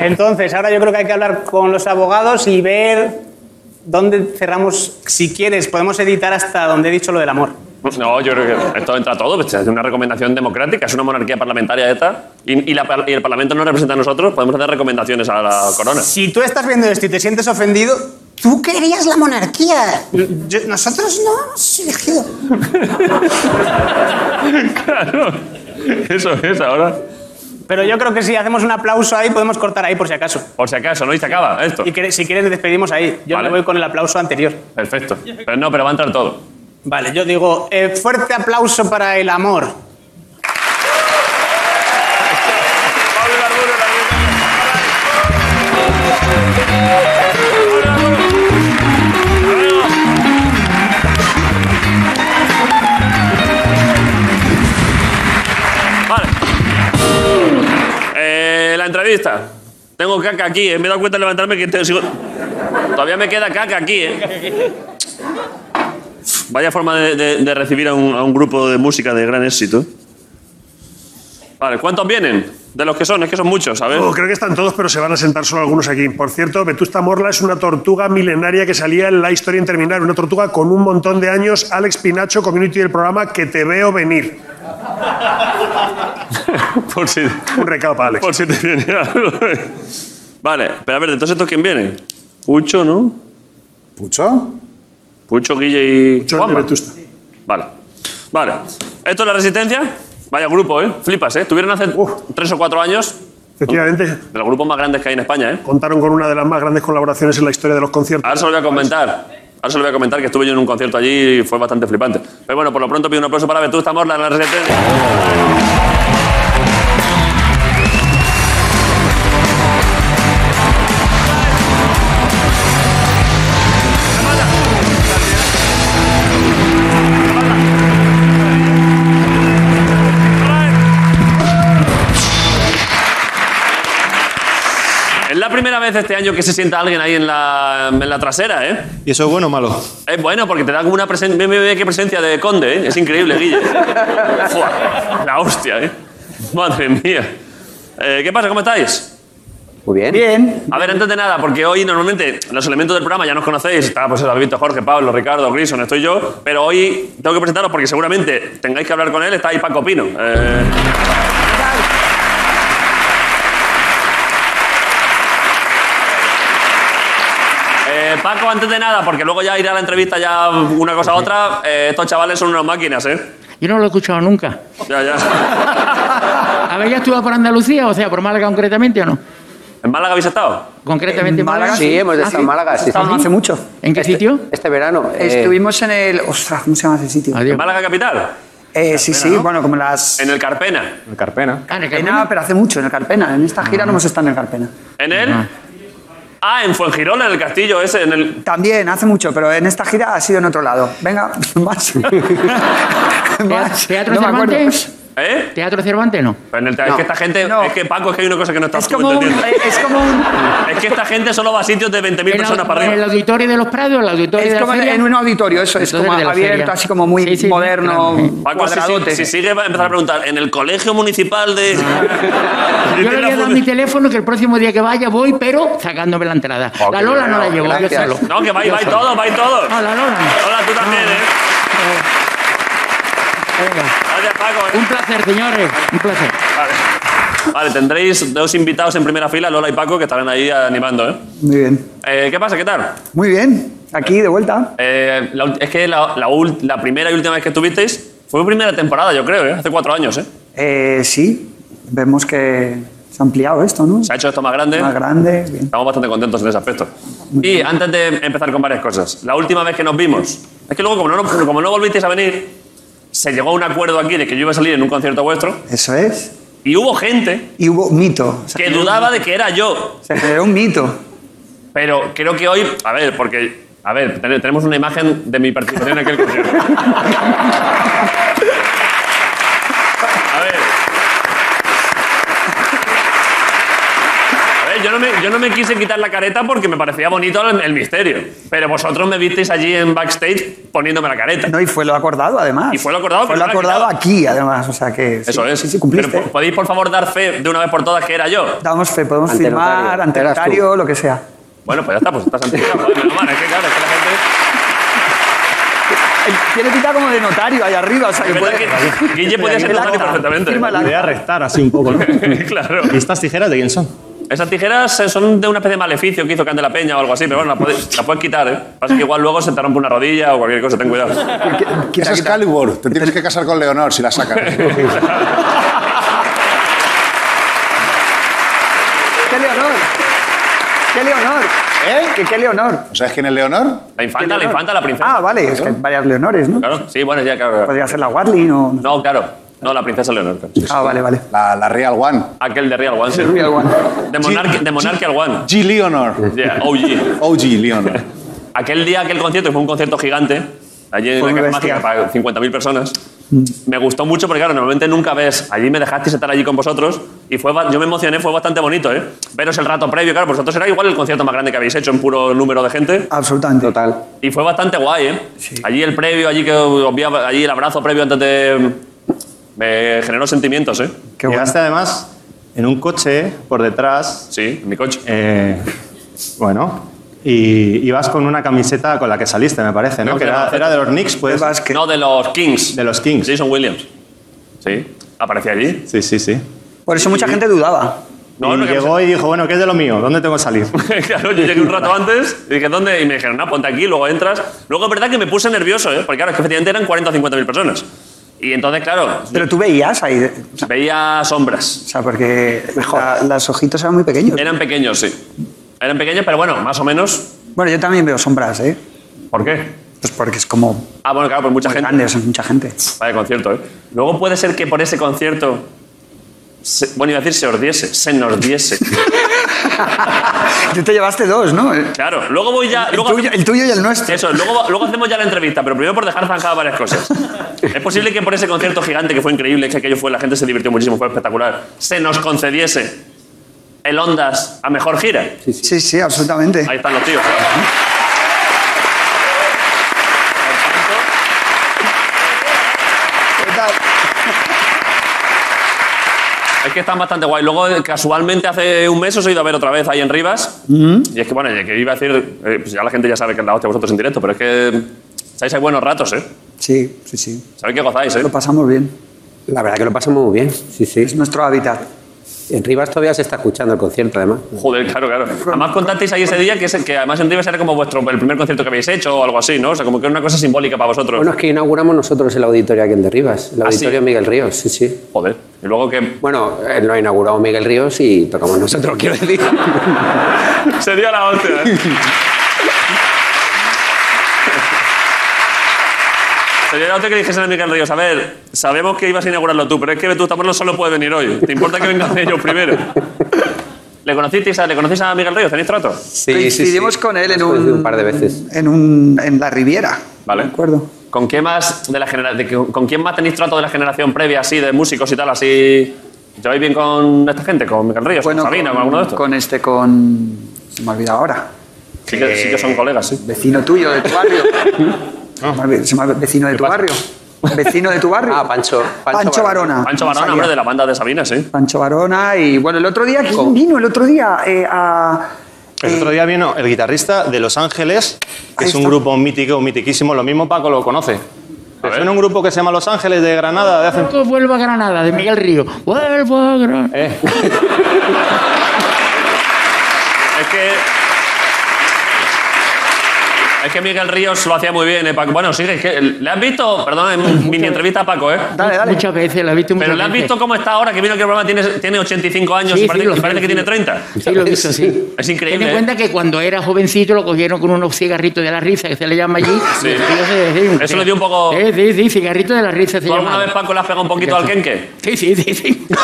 Speaker 10: Entonces, ahora yo creo que hay que hablar con los abogados y ver dónde cerramos. Si quieres, podemos editar hasta donde he dicho lo del amor.
Speaker 1: No, yo creo que esto entra todo. pues, Es una recomendación democrática, es una monarquía parlamentaria esta. Y, y la par- y el Parlamento nos representa a nosotros, podemos hacer recomendaciones a la corona.
Speaker 10: Si tú estás viendo esto y te sientes ofendido, tú querías la monarquía. Yo- nosotros no hemos elegido.
Speaker 1: Claro. (laughs) Eso es ahora.
Speaker 10: Pero yo creo que si hacemos un aplauso ahí, podemos cortar ahí por si acaso.
Speaker 1: Por si acaso, ¿no? Y se acaba esto.
Speaker 10: Y que- si quieres, despedimos ahí. Yo
Speaker 1: Vale.
Speaker 10: me voy con el aplauso anterior.
Speaker 1: Perfecto. Pero no, pero va a entrar todo.
Speaker 10: Vale, yo digo, eh, fuerte aplauso para el amor.
Speaker 1: Vale. Eh, la entrevista. Tengo caca aquí, eh. Me he dado cuenta de levantarme que te- sigo- Todavía me queda caca aquí, eh. Vaya forma de, de- de recibir a un, a un grupo de música de gran éxito. Vale, ¿cuántos vienen? De los que son, es que son muchos, ¿sabes?
Speaker 5: No, Oh, creo que están todos, pero se van a sentar solo algunos aquí. Por cierto, Vetusta Morla es una tortuga milenaria que salía en la historia interminable. Una tortuga con un montón de años. Alex Pinacho, community del programa, que te veo venir.
Speaker 1: Por si,
Speaker 5: Un recado para Alex.
Speaker 1: por si te viene algo. Vale, pero a ver, de todos estos, ¿quién viene? Pucho, ¿no?
Speaker 6: ¿Pucho?
Speaker 1: Pucho, Guille y.
Speaker 5: Yo de
Speaker 1: Juanma.
Speaker 5: Vetusta.
Speaker 1: Vale. Vale. Esto es la resistencia. Vaya grupo, ¿eh? Flipas, ¿eh? Tuvieron hace tres o cuatro años
Speaker 5: Efectivamente,
Speaker 1: de los grupos más grandes que hay en España, ¿eh?
Speaker 5: contaron con una de las más grandes colaboraciones en la historia de los conciertos.
Speaker 1: Ahora se lo voy a comentar. Ahora se lo voy a comentar que estuve yo en un concierto allí y fue bastante flipante. Pero bueno, por lo pronto pido un aplauso para Vetusta Morla en la resistencia. Es la primera vez este año que se sienta alguien ahí en la, en la trasera, ¿eh?
Speaker 11: ¿Y eso es bueno o malo?
Speaker 1: Es bueno porque te da como una presencia. Ve, ve, ve qué presencia de conde, ¿eh? Es increíble, Guille. Fua, la hostia, ¿eh? Madre mía. Eh, ¿Qué pasa? ¿Cómo estáis?
Speaker 2: Muy bien. Bien.
Speaker 1: A ver, antes de nada, porque hoy normalmente los elementos del programa ya nos conocéis. Está, pues, habéis visto Jorge, Pablo, Ricardo, Grison, estoy yo. Pero hoy tengo que presentaros porque seguramente tengáis que hablar con él. Está ahí Paco Pino. Eh, eh, Paco, antes de nada, porque luego ya irá la entrevista ya una cosa a otra. eh, estos chavales son unas máquinas, ¿eh?
Speaker 3: Yo no lo he escuchado nunca.
Speaker 1: Ya, ya.
Speaker 3: ¿Habéis estudiado por Andalucía, o sea, por Málaga concretamente o no?
Speaker 1: ¿En Málaga habéis estado?
Speaker 3: Concretamente en Málaga.
Speaker 12: Sí, hemos
Speaker 3: Ah,
Speaker 12: estado en Málaga. sí, sí.
Speaker 2: hace mucho.
Speaker 3: ¿En qué sitio?
Speaker 12: Este verano. eh,
Speaker 2: Estuvimos en el. Ostras, ¿cómo se llama ese sitio?
Speaker 1: ¿En
Speaker 3: Adiós.
Speaker 1: Málaga capital?
Speaker 11: Eh, sí, sí, bueno, como las...
Speaker 1: En el Carpena.
Speaker 12: En el Carpena.
Speaker 3: Ah, en el
Speaker 11: Carpena, pero hace mucho, en el Carpena. En esta gira no hemos estado en el Carpena.
Speaker 1: ¿En él? Ah, en Fuengirola, en el castillo ese, en el...
Speaker 11: También, hace mucho, pero en esta gira ha sido en otro lado. Venga, más. Más.
Speaker 3: ¿Teatro
Speaker 11: No me acuerdo.
Speaker 3: Cervantes?
Speaker 1: ¿Eh?
Speaker 3: ¿Teatro Cervantes no?
Speaker 1: En el, Es
Speaker 3: No.
Speaker 1: que esta gente... Es que, Paco, es que hay una cosa que no estás tú
Speaker 3: como un-
Speaker 1: entendiendo.
Speaker 11: Es como un...
Speaker 1: Es que esta gente solo va a sitios de 20.000
Speaker 3: En
Speaker 1: personas para
Speaker 3: la- en
Speaker 1: arriba.
Speaker 3: el auditorio de los Prados, el auditorio de
Speaker 11: Es
Speaker 3: la
Speaker 11: como
Speaker 3: feria.
Speaker 11: en un auditorio, eso es
Speaker 3: Entonces,
Speaker 11: como
Speaker 3: de la
Speaker 11: abierto,
Speaker 3: feria.
Speaker 11: así como muy
Speaker 3: Sí, sí,
Speaker 11: moderno,
Speaker 3: grande.
Speaker 1: Paco, si- si,
Speaker 11: cuadradote.
Speaker 1: si sigue, va a empezar a preguntar. En el colegio
Speaker 11: (laughs)
Speaker 1: municipal de...
Speaker 3: Yo le voy a dar mi teléfono que el próximo día que vaya voy, pero sacándome la entrada. la
Speaker 1: qué
Speaker 3: Lola no la
Speaker 1: bueno,
Speaker 3: llevo, yo
Speaker 1: gracias.
Speaker 3: solo.
Speaker 1: No, que vais,
Speaker 3: Yo
Speaker 1: vais
Speaker 3: solo.
Speaker 1: todos, vais todos.
Speaker 3: No, la Lola. no.
Speaker 1: Hola, tú también, ¿eh?
Speaker 3: Venga.
Speaker 1: Gracias, Paco. ¿eh?
Speaker 3: Un placer, señores. Un placer.
Speaker 1: Vale. Vale, tendréis dos invitados en primera fila, Lola y Paco, que estarán ahí animando, ¿eh?
Speaker 11: Muy bien.
Speaker 1: Eh, qué pasa? ¿Qué tal?
Speaker 11: Muy bien. Aquí, de vuelta.
Speaker 1: Eh, la ul- es que la, la ul- la primera y última vez que estuvisteis fue primera temporada, yo creo, ¿eh? hace cuatro años. ¿eh?
Speaker 11: Eh, sí, vemos que se ha ampliado esto, ¿no?
Speaker 1: Se ha hecho esto más grande.
Speaker 11: Más grande, bien.
Speaker 1: Estamos bastante contentos en ese aspecto. Y antes de empezar con varias cosas, la última vez que nos vimos, es que luego, como no, nos- como no volvisteis a venir, se llegó a un acuerdo aquí de que yo iba a salir en un concierto vuestro
Speaker 11: Eso es.
Speaker 1: y hubo gente
Speaker 11: Y hubo mito. O sea,
Speaker 1: que dudaba de que era yo.
Speaker 11: Se generó un mito.
Speaker 1: Pero creo que hoy, a ver, porque, a ver, ten- tenemos una imagen de mi participación en aquel concierto. A ver. A ver, Yo no, me, yo no me quise quitar la careta porque me parecía bonito el, el misterio. Pero vosotros me visteis allí en backstage poniéndome la careta.
Speaker 11: No, y fue lo acordado, además.
Speaker 1: Y fue lo acordado,
Speaker 11: Fue
Speaker 1: pero
Speaker 11: lo
Speaker 1: no lo
Speaker 11: acordado
Speaker 1: quitaba.
Speaker 11: aquí, además. O sea que. sí,
Speaker 1: Eso es.
Speaker 11: Sí, sí, cumpliste.
Speaker 1: Pero, po- ¿Podéis, por favor, dar fe de una vez por todas que era yo?
Speaker 11: Damos fe, podemos
Speaker 12: Ante
Speaker 11: firmar,
Speaker 12: notario,
Speaker 11: ante
Speaker 12: eras tú.
Speaker 11: notario, lo que sea.
Speaker 1: Bueno, pues ya está, pues estás ante Joder, menos mal, es que claro, es que la gente...
Speaker 11: Tiene pinta como de notario ahí arriba, o sea que
Speaker 1: Es verdad
Speaker 11: puede.
Speaker 1: que Guille podía ser
Speaker 11: Firma el
Speaker 1: notario
Speaker 11: acta,
Speaker 1: perfectamente.
Speaker 11: firma el acta.
Speaker 12: Voy a restar así un poco, ¿no?
Speaker 1: (laughs) Claro.
Speaker 12: ¿Y estas tijeras de quién son?
Speaker 1: Esas tijeras eh, son de una especie de maleficio que hizo Candela Peña o algo así, pero bueno, la puedes, la puedes quitar, ¿eh? Pasa que igual luego se te rompe una rodilla o cualquier cosa, ten cuidado.
Speaker 6: Esa es Calibur. Te tienes que casar con Leonor si
Speaker 11: (laughs)
Speaker 6: la sacas.
Speaker 11: ¡Qué Leonor! ¡Qué Leonor! ¿Eh? ¿Qué, qué Leonor?
Speaker 6: ¿Sabes quién es Leonor?
Speaker 1: La infanta, la infanta, la princesa.
Speaker 11: Ah, vale, es que hay varias Leonores, ¿no?
Speaker 1: Claro, sí, bueno, ya, claro. claro.
Speaker 11: Podría ser la Warling o. no.
Speaker 1: No, claro. No, la princesa Leonor. claro.
Speaker 11: Ah, vale, vale.
Speaker 6: La, la Real One.
Speaker 1: Aquel de Real One, sí.
Speaker 11: Real One.
Speaker 1: De Monarch, de Monarch al One.
Speaker 6: G. Leonor.
Speaker 1: Yeah, OG.
Speaker 6: OG Leonor.
Speaker 1: Aquel día, aquel concierto, que fue un concierto gigante, allí en
Speaker 11: Fue
Speaker 1: la
Speaker 11: muy
Speaker 1: Caja
Speaker 11: bestia.
Speaker 1: Mágica, para 50.000 personas.
Speaker 12: Mm.
Speaker 1: Me gustó mucho porque, claro, normalmente nunca ves. Allí me dejasteis estar allí con vosotros y fue, ba- yo me emocioné, fue bastante bonito, ¿eh? Veros el rato previo, claro, vosotros era igual el concierto más grande que habéis hecho en puro número de gente
Speaker 11: Absolutamente.
Speaker 12: Total.
Speaker 1: y fue bastante guay, ¿eh? Allí el previo, allí que os vi- allí el abrazo previo antes de. Me generó sentimientos, ¿eh?
Speaker 11: Qué bueno.
Speaker 12: Llegaste además en un coche por detrás.
Speaker 1: Sí, en mi coche.
Speaker 12: eh, bueno. Y ibas con una camiseta con la que saliste, me parece, ¿no?
Speaker 1: No,
Speaker 12: Que
Speaker 1: de
Speaker 12: era,
Speaker 1: Albacete.
Speaker 12: era de los Knicks, pues.
Speaker 11: Del básquet.
Speaker 1: No, de los Kings.
Speaker 12: De los Kings.
Speaker 1: Jason Williams. Sí, aparecía allí.
Speaker 12: Sí, sí, sí.
Speaker 11: Por eso mucha gente dudaba.
Speaker 1: No,
Speaker 12: y
Speaker 1: no, que-
Speaker 12: llegó y dijo, bueno, ¿qué es de lo mío? ¿Dónde tengo que salir?
Speaker 1: (laughs) claro, yo llegué un
Speaker 11: (laughs)
Speaker 1: rato antes y dije, ¿dónde? Y me dijeron, no, ponte aquí, luego entras. Luego es verdad que me puse nervioso, ¿eh? Porque claro, es que efectivamente eran 40 o 50 mil personas. Y entonces, claro,
Speaker 11: Pero tú veías ahí. O sea,
Speaker 1: veía sombras.
Speaker 11: o sea, porque la- las hojitas eran muy pequeños.
Speaker 1: Eran pequeños, sí. Eran pequeños, pero bueno, más o menos.
Speaker 11: Bueno, yo también veo sombras, ¿eh?
Speaker 1: ¿Por qué?
Speaker 11: Pues porque es como
Speaker 1: Ah, bueno, claro, pues mucha gente.
Speaker 11: grande, es mucha gente.
Speaker 1: Vaya concierto, ¿eh? Luego puede ser que por ese concierto. se- bueno, iba a decir se os diese, se
Speaker 11: (laughs)
Speaker 1: nos diese.
Speaker 11: Tú te llevaste dos, ¿no? El,
Speaker 1: Claro, luego voy ya.
Speaker 11: el
Speaker 1: luego
Speaker 11: tuyo, el tuyo y el nuestro.
Speaker 1: Eso, luego, luego hacemos ya la entrevista, pero primero por dejar zanjadas varias cosas. Es posible que por ese concierto gigante que fue increíble, que aquello fue, la gente se divirtió muchísimo, fue espectacular, se nos concediese el Ondas a mejor gira.
Speaker 11: Sí, sí, absolutamente.
Speaker 1: Ahí están los tíos. Por tanto,
Speaker 11: Total.
Speaker 1: Es que están bastante guay. Luego, eh, casualmente, hace un mes os he ido a ver otra vez ahí en Rivas.
Speaker 11: Mm.
Speaker 1: Y es que, bueno, que iba a decir, eh, pues ya la gente ya sabe que es la hostia vosotros en directo, pero es que estáis hay buenos ratos, ¿eh?
Speaker 11: Sí, sí, sí.
Speaker 1: Sabéis que gozáis, ¿eh?
Speaker 11: Lo pasamos bien.
Speaker 13: La verdad que lo pasamos muy bien, sí, sí.
Speaker 11: Es nuestro hábitat.
Speaker 13: En Rivas todavía se está escuchando el concierto, además.
Speaker 1: Joder, claro, claro. Además contasteis ahí ese día que, es- que además en Rivas era como vuestro el primer concierto que habéis hecho o algo así, ¿no? O sea, como que era una cosa simbólica para vosotros.
Speaker 13: Bueno, es que inauguramos nosotros el auditorio aquel de Rivas, el
Speaker 1: ¿Ah, sí?
Speaker 13: auditorio Miguel Ríos, sí, sí.
Speaker 1: Joder. Y luego que
Speaker 13: Bueno, eh, lo ha inaugurado Miguel Ríos y tocamos nosotros, (laughs) quiero decir.
Speaker 1: sería la hostia. ¿eh? Sería la otra que dijese a Miguel Ríos, a ver, sabemos que ibas a inaugurarlo tú, pero es que Vetusta Morla solo puede venir hoy. ¿Te importa que vengan ellos primero? ¿Le conociste a, ¿Le conocéis a Miguel Ríos? ¿Tenéis trato?
Speaker 13: Sí, sí, sí.
Speaker 11: Coincidimos con él en
Speaker 13: Hemos
Speaker 11: un,
Speaker 13: coincidido un par de veces.
Speaker 11: En, un, en la Riviera.
Speaker 1: Vale. ¿Con quién más de la genera- de que- con quién más tenéis trato de la generación previa así de músicos y tal así? ¿Lleváis bien con esta gente, con Miguel Ríos, con Sabina, con, alguno de estos?
Speaker 11: Con este, con. Se me olvida ahora.
Speaker 1: Sí que, sí que
Speaker 3: eh,
Speaker 1: son colegas, sí.
Speaker 11: Vecino tuyo de
Speaker 13: (laughs)
Speaker 11: tu barrio. Se me ha- Vecino de tu barrio. Vecino de tu
Speaker 13: (laughs)
Speaker 11: barrio. Ah,
Speaker 13: Pancho.
Speaker 11: Pancho Barona.
Speaker 1: Pancho Barona,
Speaker 11: Sabía.
Speaker 1: hombre, de la banda de Sabina, sí.
Speaker 11: Pancho Barona y bueno, el otro día, ¿quién vino? El otro día eh, a...
Speaker 12: El otro día vino el guitarrista de Los Ángeles, que es un grupo mítico, mitiquísimo. Lo mismo Paco lo conoce. Suena un grupo que se llama Los Ángeles de Granada de hace...
Speaker 3: Poco vuelvo a Granada, de Miguel Río. Vuelvo a Granada.
Speaker 1: Eh, Es que. Es que Miguel Ríos lo hacía muy bien, ¿eh, Paco? Bueno, sí, es que. ¿Le has visto? Perdón, en mini entrevista a Paco, ¿eh?
Speaker 3: Muchas veces, la he visto muchas
Speaker 1: Pero ¿le has
Speaker 3: veces.
Speaker 1: visto cómo está ahora? Que vino que el programa tiene, tiene 85 años
Speaker 3: Sí,
Speaker 1: y parece,
Speaker 3: sí, lo
Speaker 1: y parece
Speaker 3: sé,
Speaker 1: que
Speaker 3: sí.
Speaker 1: tiene 30.
Speaker 3: Sí, lo he visto, sí.
Speaker 1: Es
Speaker 3: Ten
Speaker 1: increíble.
Speaker 3: en
Speaker 1: ¿eh?
Speaker 3: cuenta que cuando era jovencito lo cogieron con unos cigarritos de la risa que se le llama allí.
Speaker 1: Sí.
Speaker 3: y el tío se- sí,
Speaker 1: Eso le dio un poco-
Speaker 3: Sí, sí, sí, cigarrito de la risa se
Speaker 1: ¿Tú alguna
Speaker 3: llamaba.
Speaker 1: vez, Paco, le has pegado un poquito al Kenke?
Speaker 3: Sí, sí, sí, sí. (laughs)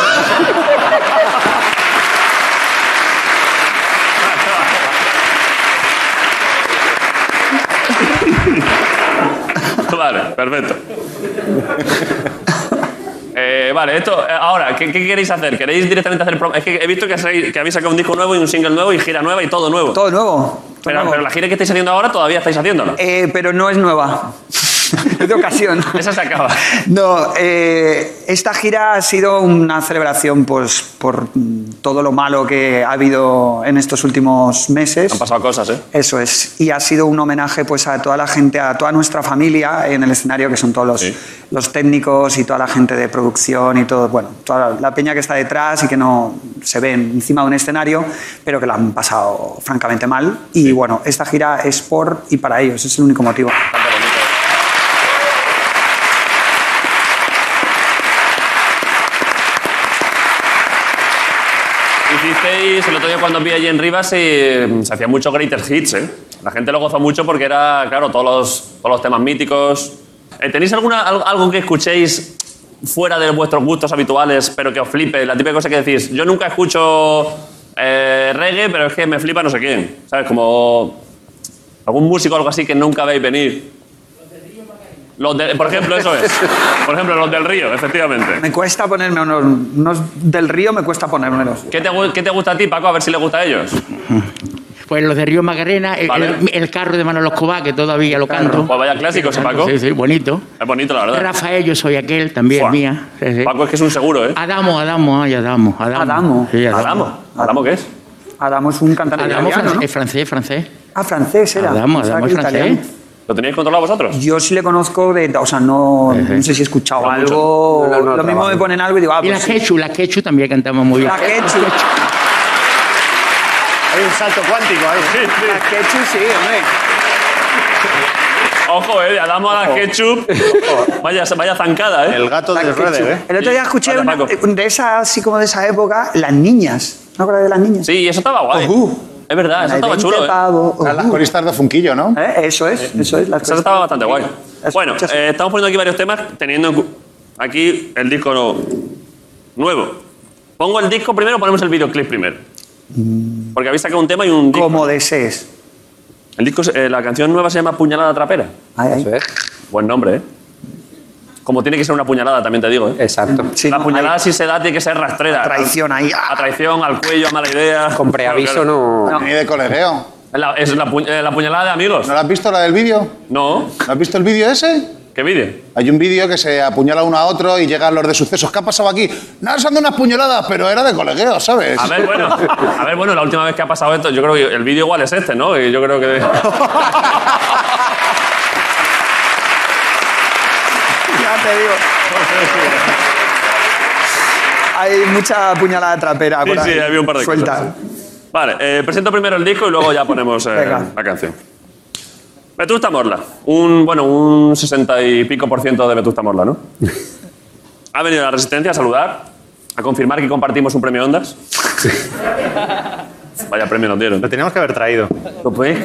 Speaker 1: vale, perfecto. Eh, vale, esto. eh, Ahora, ¿qué, qué queréis hacer? ¿Queréis directamente hacer promo? Es que he visto que, hacéis- que habéis sacado un disco nuevo y un single nuevo y gira nueva y todo nuevo.
Speaker 11: Todo nuevo.
Speaker 1: pero, pero la gira que estáis haciendo ahora todavía
Speaker 11: (laughs)
Speaker 1: estáis haciéndola.
Speaker 11: Eh, pero no es
Speaker 12: (laughs)
Speaker 11: nueva. es de ocasión.
Speaker 1: Esa se acaba.
Speaker 11: No, eh, esta gira ha sido una celebración pues, por mm, todo lo malo que ha habido en estos últimos meses.
Speaker 1: Han pasado cosas, ¿eh?
Speaker 11: Eso es. Y ha sido un homenaje pues, a toda la gente, a toda nuestra familia en el escenario, que son todos los, los técnicos y toda la gente de producción y todo, bueno, toda la, la peña que está detrás y que no se ve encima de un escenario, pero que la han pasado francamente mal. Y bueno, esta gira es por y para ellos, es el único motivo.
Speaker 1: Hicisteis el otro día cuando vi allí en Rivas y se hacían muchos greater hits, ¿eh? La gente lo gozó mucho porque era, claro, todos los, todos los temas míticos. Eh, ¿Tenéis alguna, al- algo que escuchéis fuera de vuestros gustos habituales, pero que os flipe? La típica cosa que decís, yo nunca escucho eh, reggae, pero es que me flipa no sé quién. ¿Sabes? Como algún músico o algo así que nunca veis venir. Los de- por ejemplo, eso es. Por ejemplo, los del río, efectivamente.
Speaker 11: Me cuesta ponerme unos, unos del río, me cuesta ponérmelos.
Speaker 1: ¿Qué te, gu- qué te gusta a ti, Paco? A ver si le gusta a ellos.
Speaker 3: Pues los de Río Macarena, el,
Speaker 1: Vale.
Speaker 3: el- el carro de Manolo Escobar, que todavía lo canto.
Speaker 1: Pues vaya clásico ese, Paco.
Speaker 3: Sí, sí, bonito.
Speaker 1: Es bonito, la verdad.
Speaker 3: Rafael, yo soy aquel, también
Speaker 1: Buah.
Speaker 3: mía. Sí, sí.
Speaker 1: Paco es que es un seguro, ¿eh?
Speaker 3: Adamo, Adamo, ay, Adamo. Adamo.
Speaker 11: Adamo.
Speaker 3: Sí,
Speaker 1: Adamo. ¿Adamo qué es?
Speaker 11: Adamo es un cantante
Speaker 3: Adamo
Speaker 11: italiano,
Speaker 3: fran-
Speaker 11: ¿no?
Speaker 3: es francés, francés.
Speaker 11: Ah, francés era.
Speaker 3: Adamo,
Speaker 11: Pensaba
Speaker 3: Adamo
Speaker 11: que
Speaker 3: es
Speaker 11: era italiano.
Speaker 3: francés.
Speaker 1: ¿Lo teníais controlado vosotros?
Speaker 11: Yo sí le conozco de... O sea, no, no sé si he escuchado algo...
Speaker 3: No, no, no,
Speaker 11: lo mismo
Speaker 3: trabajo.
Speaker 11: me ponen algo y digo, ah,
Speaker 3: Y
Speaker 11: pues
Speaker 3: la
Speaker 11: sí.
Speaker 3: Quechu, la Quechu también cantamos muy bien.
Speaker 11: La Quechu. Hay un salto cuántico ahí. La Quechu sí, hombre.
Speaker 1: Ojo, eh, Adamo a la ketchup. Vaya, vaya zancada, eh.
Speaker 12: El gato
Speaker 11: La
Speaker 12: del
Speaker 11: Quechu.
Speaker 12: ruedo, ¿eh?
Speaker 11: El otro día escuché una- de esa, así como de esa época, Las Niñas. ¿No acuerdas de Las Niñas?
Speaker 1: Sí, eso estaba guay. Es verdad, eso
Speaker 11: Las
Speaker 1: estaba
Speaker 11: 20
Speaker 1: chulo, eh.
Speaker 11: pavo,
Speaker 6: Eran las coristas de Funquillo, ¿no?
Speaker 11: ¿eh? Eso es, eso es. Las
Speaker 1: Eso
Speaker 11: coristas.
Speaker 1: estaba bastante guay. Bueno, eh, estamos poniendo aquí varios temas, teniendo en cu- aquí el disco no- nuevo. Pongo el disco primero, ponemos el videoclip primero. Porque habéis sacado un tema y un disco.
Speaker 11: Como desees.
Speaker 1: El disco, se- eh, la canción nueva se llama Puñalada Trapera.
Speaker 11: Eso
Speaker 13: es.
Speaker 1: Buen nombre, ¿eh? Como tiene que ser una puñalada, también te digo, ¿eh?
Speaker 13: Exacto.
Speaker 1: la puñalada, si se da, tiene que ser rastrera. A traición
Speaker 11: ahí.
Speaker 1: A traición, al cuello, a mala idea.
Speaker 13: Con preaviso no.
Speaker 6: Ni de colegeo.
Speaker 1: Es la, es la pu- eh, la puñalada de amigos.
Speaker 6: ¿No la has visto la del vídeo?
Speaker 1: No.
Speaker 6: ¿No has visto el vídeo ese?
Speaker 1: ¿Qué vídeo?
Speaker 6: Hay un vídeo que se apuñala uno a otro y llegan los de sucesos. ¿Qué ha pasado aquí? No, son de unas puñaladas, pero era de colegueo, ¿sabes?
Speaker 1: A ver, bueno, a ver, bueno, la última vez que ha pasado esto, yo creo que el vídeo igual es este, ¿no? Y Yo creo que.
Speaker 11: Ya te digo. Hay mucha puñalada trapera
Speaker 1: Sí,
Speaker 11: por
Speaker 1: sí,
Speaker 11: ahí.
Speaker 1: había un par de
Speaker 11: Suelta.
Speaker 1: cosas. Vale, eh, presento primero el disco y luego ya ponemos eh, la canción. Vetusta Morla. Un, bueno, un 60 y pico por ciento de Vetusta
Speaker 11: (laughs)
Speaker 1: Morla, ¿no? Ha venido
Speaker 11: (laughs)
Speaker 1: la Resistencia a saludar, a confirmar que compartimos un premio Ondas. Vaya premio nos dieron. Lo
Speaker 12: teníamos que haber traído.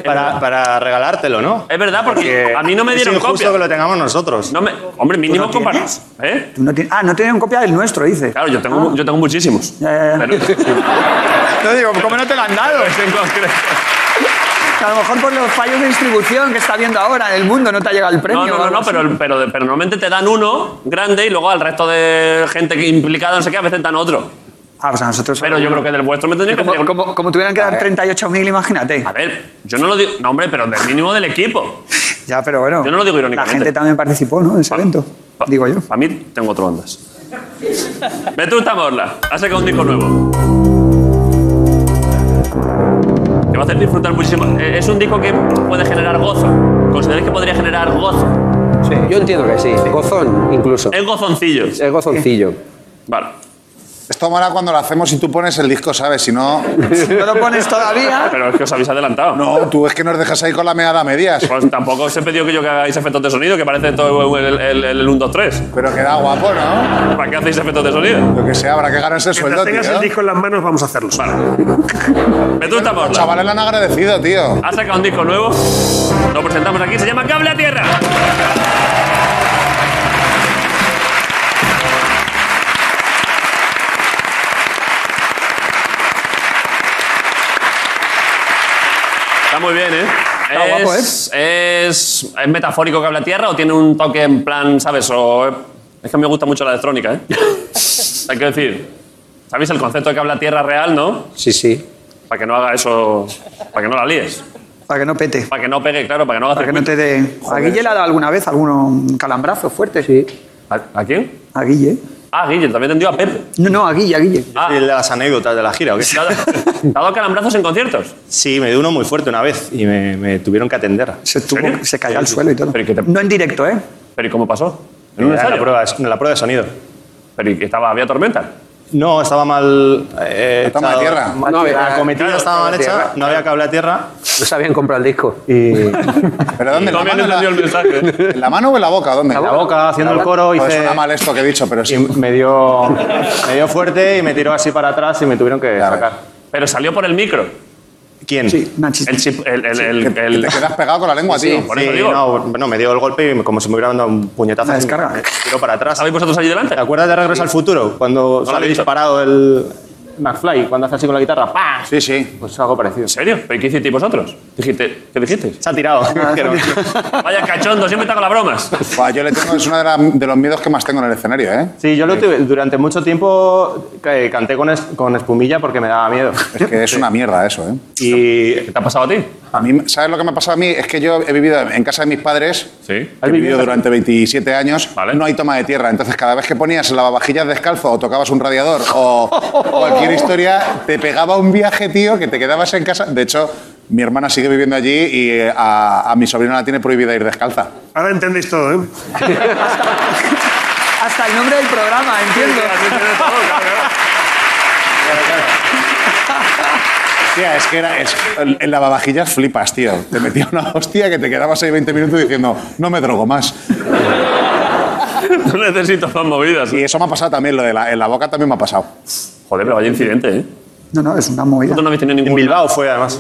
Speaker 12: Para, para regalártelo, ¿no?
Speaker 1: Es verdad, porque, a mí no me dieron
Speaker 12: Eh, Es injusto
Speaker 1: copia.
Speaker 12: que lo tengamos nosotros.
Speaker 1: No me, hombre, mínimo
Speaker 12: no
Speaker 1: compartir.
Speaker 12: tienes?
Speaker 1: ¿Eh?
Speaker 11: Tú no tienes- ah, no tienen copia del nuestro, dice.
Speaker 1: Claro, yo
Speaker 11: Ah.
Speaker 1: tengo, yo tengo muchísimos. (laughs)
Speaker 11: digo, ¿cómo no te la han dado? A lo mejor por los fallos de distribución que está viendo ahora en el mundo no te ha llegado el premio.
Speaker 1: No, no,
Speaker 11: o
Speaker 1: no,
Speaker 11: algo
Speaker 1: no,
Speaker 11: así.
Speaker 1: pero, pero, pero normalmente te dan uno grande y luego al resto de gente que implicada, no sé qué, a veces dan otro.
Speaker 11: Ah, pues a nosotros.
Speaker 1: Pero yo creo que del vuestro me tendría que
Speaker 11: Como, como- como tuvieran que dar 38.000, imagínate.
Speaker 1: A ver, yo no lo digo. No, hombre, pero del mínimo del equipo.
Speaker 11: Ya, pero bueno.
Speaker 1: Yo no lo digo
Speaker 11: La
Speaker 1: irónicamente.
Speaker 11: gente también participó, ¿no? En ese evento.
Speaker 1: Pues
Speaker 11: Digo yo.
Speaker 1: Para mí tengo otro ondas. Vetusta Morla ha sacado un disco nuevo. Te va a hacer disfrutar muchísimo. Eh, Es un disco que puede generar gozo. ¿Consideráis que podría generar gozo?
Speaker 13: Sí, yo entiendo que sí. Gozón, incluso.
Speaker 1: El gozoncillo.
Speaker 13: El gozoncillo.
Speaker 1: Vale.
Speaker 6: Esto mola cuando lo hacemos y tú pones el disco, ¿sabes? Si no.
Speaker 11: No lo pones todavía.
Speaker 1: Pero es que os habéis adelantado.
Speaker 6: No, tú es que nos dejas ahí con la meada a medias.
Speaker 1: Pues tampoco os he pedido que yo que hagáis efectos de sonido, que parece todo el, el, el, el 1, 2, 3.
Speaker 6: Pero queda guapo, ¿no?
Speaker 1: ¿Para qué hacéis efectos de sonido?
Speaker 6: Lo que sea, habrá que ganarse el
Speaker 5: Mientras
Speaker 6: sueldo,
Speaker 5: tengas
Speaker 6: tío.
Speaker 5: el disco en las manos, vamos a hacerlos.
Speaker 1: Vetusta Morla.
Speaker 6: Los chavales lo han agradecido, tío.
Speaker 1: Ha sacado un disco nuevo. Lo presentamos aquí. Se llama Cable a Tierra. Está muy bien, ¿eh?
Speaker 13: Está guapo,
Speaker 1: es, es, es metafórico Cable a Tierra o tiene un toque en plan, ¿sabes? O, eh, es que me gusta mucho la
Speaker 13: (laughs)
Speaker 1: electrónica, ¿eh? Hay que decir, ¿sabéis el concepto de Cable a Tierra real, no?
Speaker 13: Sí, sí.
Speaker 1: Para que no haga eso, para que no la líes.
Speaker 11: Para que no pete.
Speaker 1: Para que no pegue, claro, para que no haga
Speaker 11: Para que no te dé. ¿A Guille le ha dado alguna vez algún calambrazo fuerte?
Speaker 13: Sí.
Speaker 1: ¿A, a quién?
Speaker 11: ¿A Guille?
Speaker 1: Ah, Guille, también entendió a Pepe.
Speaker 11: No, no, a Guille, a Guille.
Speaker 1: Ah.
Speaker 12: ¿Y el de las anécdotas de la
Speaker 1: (laughs)
Speaker 12: gira o qué?
Speaker 1: ¿Te ha, dado- te ha dado calambrazos en conciertos?
Speaker 12: Sí, me dio uno muy fuerte una vez y me, me tuvieron que atender.
Speaker 11: Se, tuvo- se cayó al suelo y todo.
Speaker 1: ¿Pero, y qué te-
Speaker 11: No en directo, ¿eh?
Speaker 1: pero y cómo pasó? ¿En
Speaker 12: En
Speaker 1: un
Speaker 12: la,
Speaker 1: ensayo?
Speaker 12: prueba, en la prueba de sonido.
Speaker 1: ¿Pero y que estaba, había tormenta?
Speaker 12: No, estaba mal. eh,
Speaker 6: Está mal
Speaker 12: estaba-
Speaker 6: tierra.
Speaker 12: No, había- la cometida
Speaker 13: Claro,
Speaker 12: estaba mal
Speaker 13: estaba
Speaker 12: hecha,
Speaker 13: tierra.
Speaker 12: no había cable a tierra.
Speaker 13: No sabían comprar el disco. Y
Speaker 6: (laughs) ¿Pero dónde? ¿En la,
Speaker 1: Todavía
Speaker 6: mano,
Speaker 1: no
Speaker 6: en la-
Speaker 1: entendió el
Speaker 6: (laughs)
Speaker 1: mensaje.
Speaker 6: en la mano o en la boca? ¿Dónde?
Speaker 12: La boca, haciendo el coro,
Speaker 1: Pues
Speaker 6: Joder,
Speaker 12: hice.
Speaker 6: suena mal esto que he dicho, pero
Speaker 12: Y
Speaker 6: sí.
Speaker 12: me dio, me dio fuerte y me tiró así para atrás y me tuvieron que sacar.
Speaker 1: Pero salió por el micro.
Speaker 12: ¿Quién?
Speaker 11: Sí, una chiste.
Speaker 1: El chip, el... el, el,
Speaker 6: Que- que
Speaker 1: el-
Speaker 6: te quedas pegado con la lengua,
Speaker 1: Sí,
Speaker 6: tío.
Speaker 1: por
Speaker 12: Sí,
Speaker 1: eso digo.
Speaker 12: no, bueno, me dio el golpe y me- como si me hubieran dado un puñetazo.
Speaker 11: Una
Speaker 12: así,
Speaker 11: descarga.
Speaker 12: Me tiró para atrás.
Speaker 1: ¿Sabéis vosotros allí delante?
Speaker 12: ¿Te acuerdas de Regreso al Futuro? Cuando
Speaker 1: lo he
Speaker 12: sale
Speaker 1: visto.
Speaker 12: disparado el McFly, cuando hace así con la guitarra, ¡pam!
Speaker 6: Sí, sí.
Speaker 12: Pues algo parecido.
Speaker 1: ¿En serio? ¿Pero qué hicisteis vosotros? Dijiste, ¿Qué dijisteis?
Speaker 12: Se ha (laughs) tirado. Pero-
Speaker 1: Vaya cachondo, siempre está con las bromas.
Speaker 6: Buah, yo le tengo, es uno de, la- de los miedos que más tengo en el escenario, ¿eh?
Speaker 12: sí, yo lo tuve- durante mucho tiempo eh, canté con, es- con espumilla porque me daba miedo.
Speaker 6: Es que es una mierda eso, ¿eh?
Speaker 12: Y
Speaker 1: ¿Qué te ha pasado a ti?
Speaker 6: A mí, ¿Sabes lo que me ha pasado a mí? Es que yo he vivido en casa de mis padres.
Speaker 1: Sí.
Speaker 6: He vivido durante 27 años.
Speaker 1: Vale.
Speaker 6: No hay toma de tierra. Entonces, cada vez que ponías el lavavajillas descalzo o tocabas un radiador o cualquier historia, te pegaba un viaje, tío, que te quedabas en casa. De hecho, mi hermana sigue viviendo allí y eh, a, a mi sobrina la tiene prohibida ir descalza.
Speaker 5: Ahora entendéis todo, ¿eh?
Speaker 11: Hasta el nombre del programa, entiendo.
Speaker 6: Hostia, es que era. Es, el, el lavavajillas flipas, tío. Te metía una hostia que te quedabas ahí 20 minutos diciendo, no me drogo más.
Speaker 1: (laughs) No necesito más movidas.
Speaker 6: Y eso me ha pasado también, lo de la, en la boca también me ha pasado.
Speaker 1: Joder, pero vaya incidente, ¿eh?
Speaker 11: No, no, es una movida.
Speaker 1: Vosotros no habéis tenido
Speaker 12: en
Speaker 1: ningún...
Speaker 12: Bilbao fue además,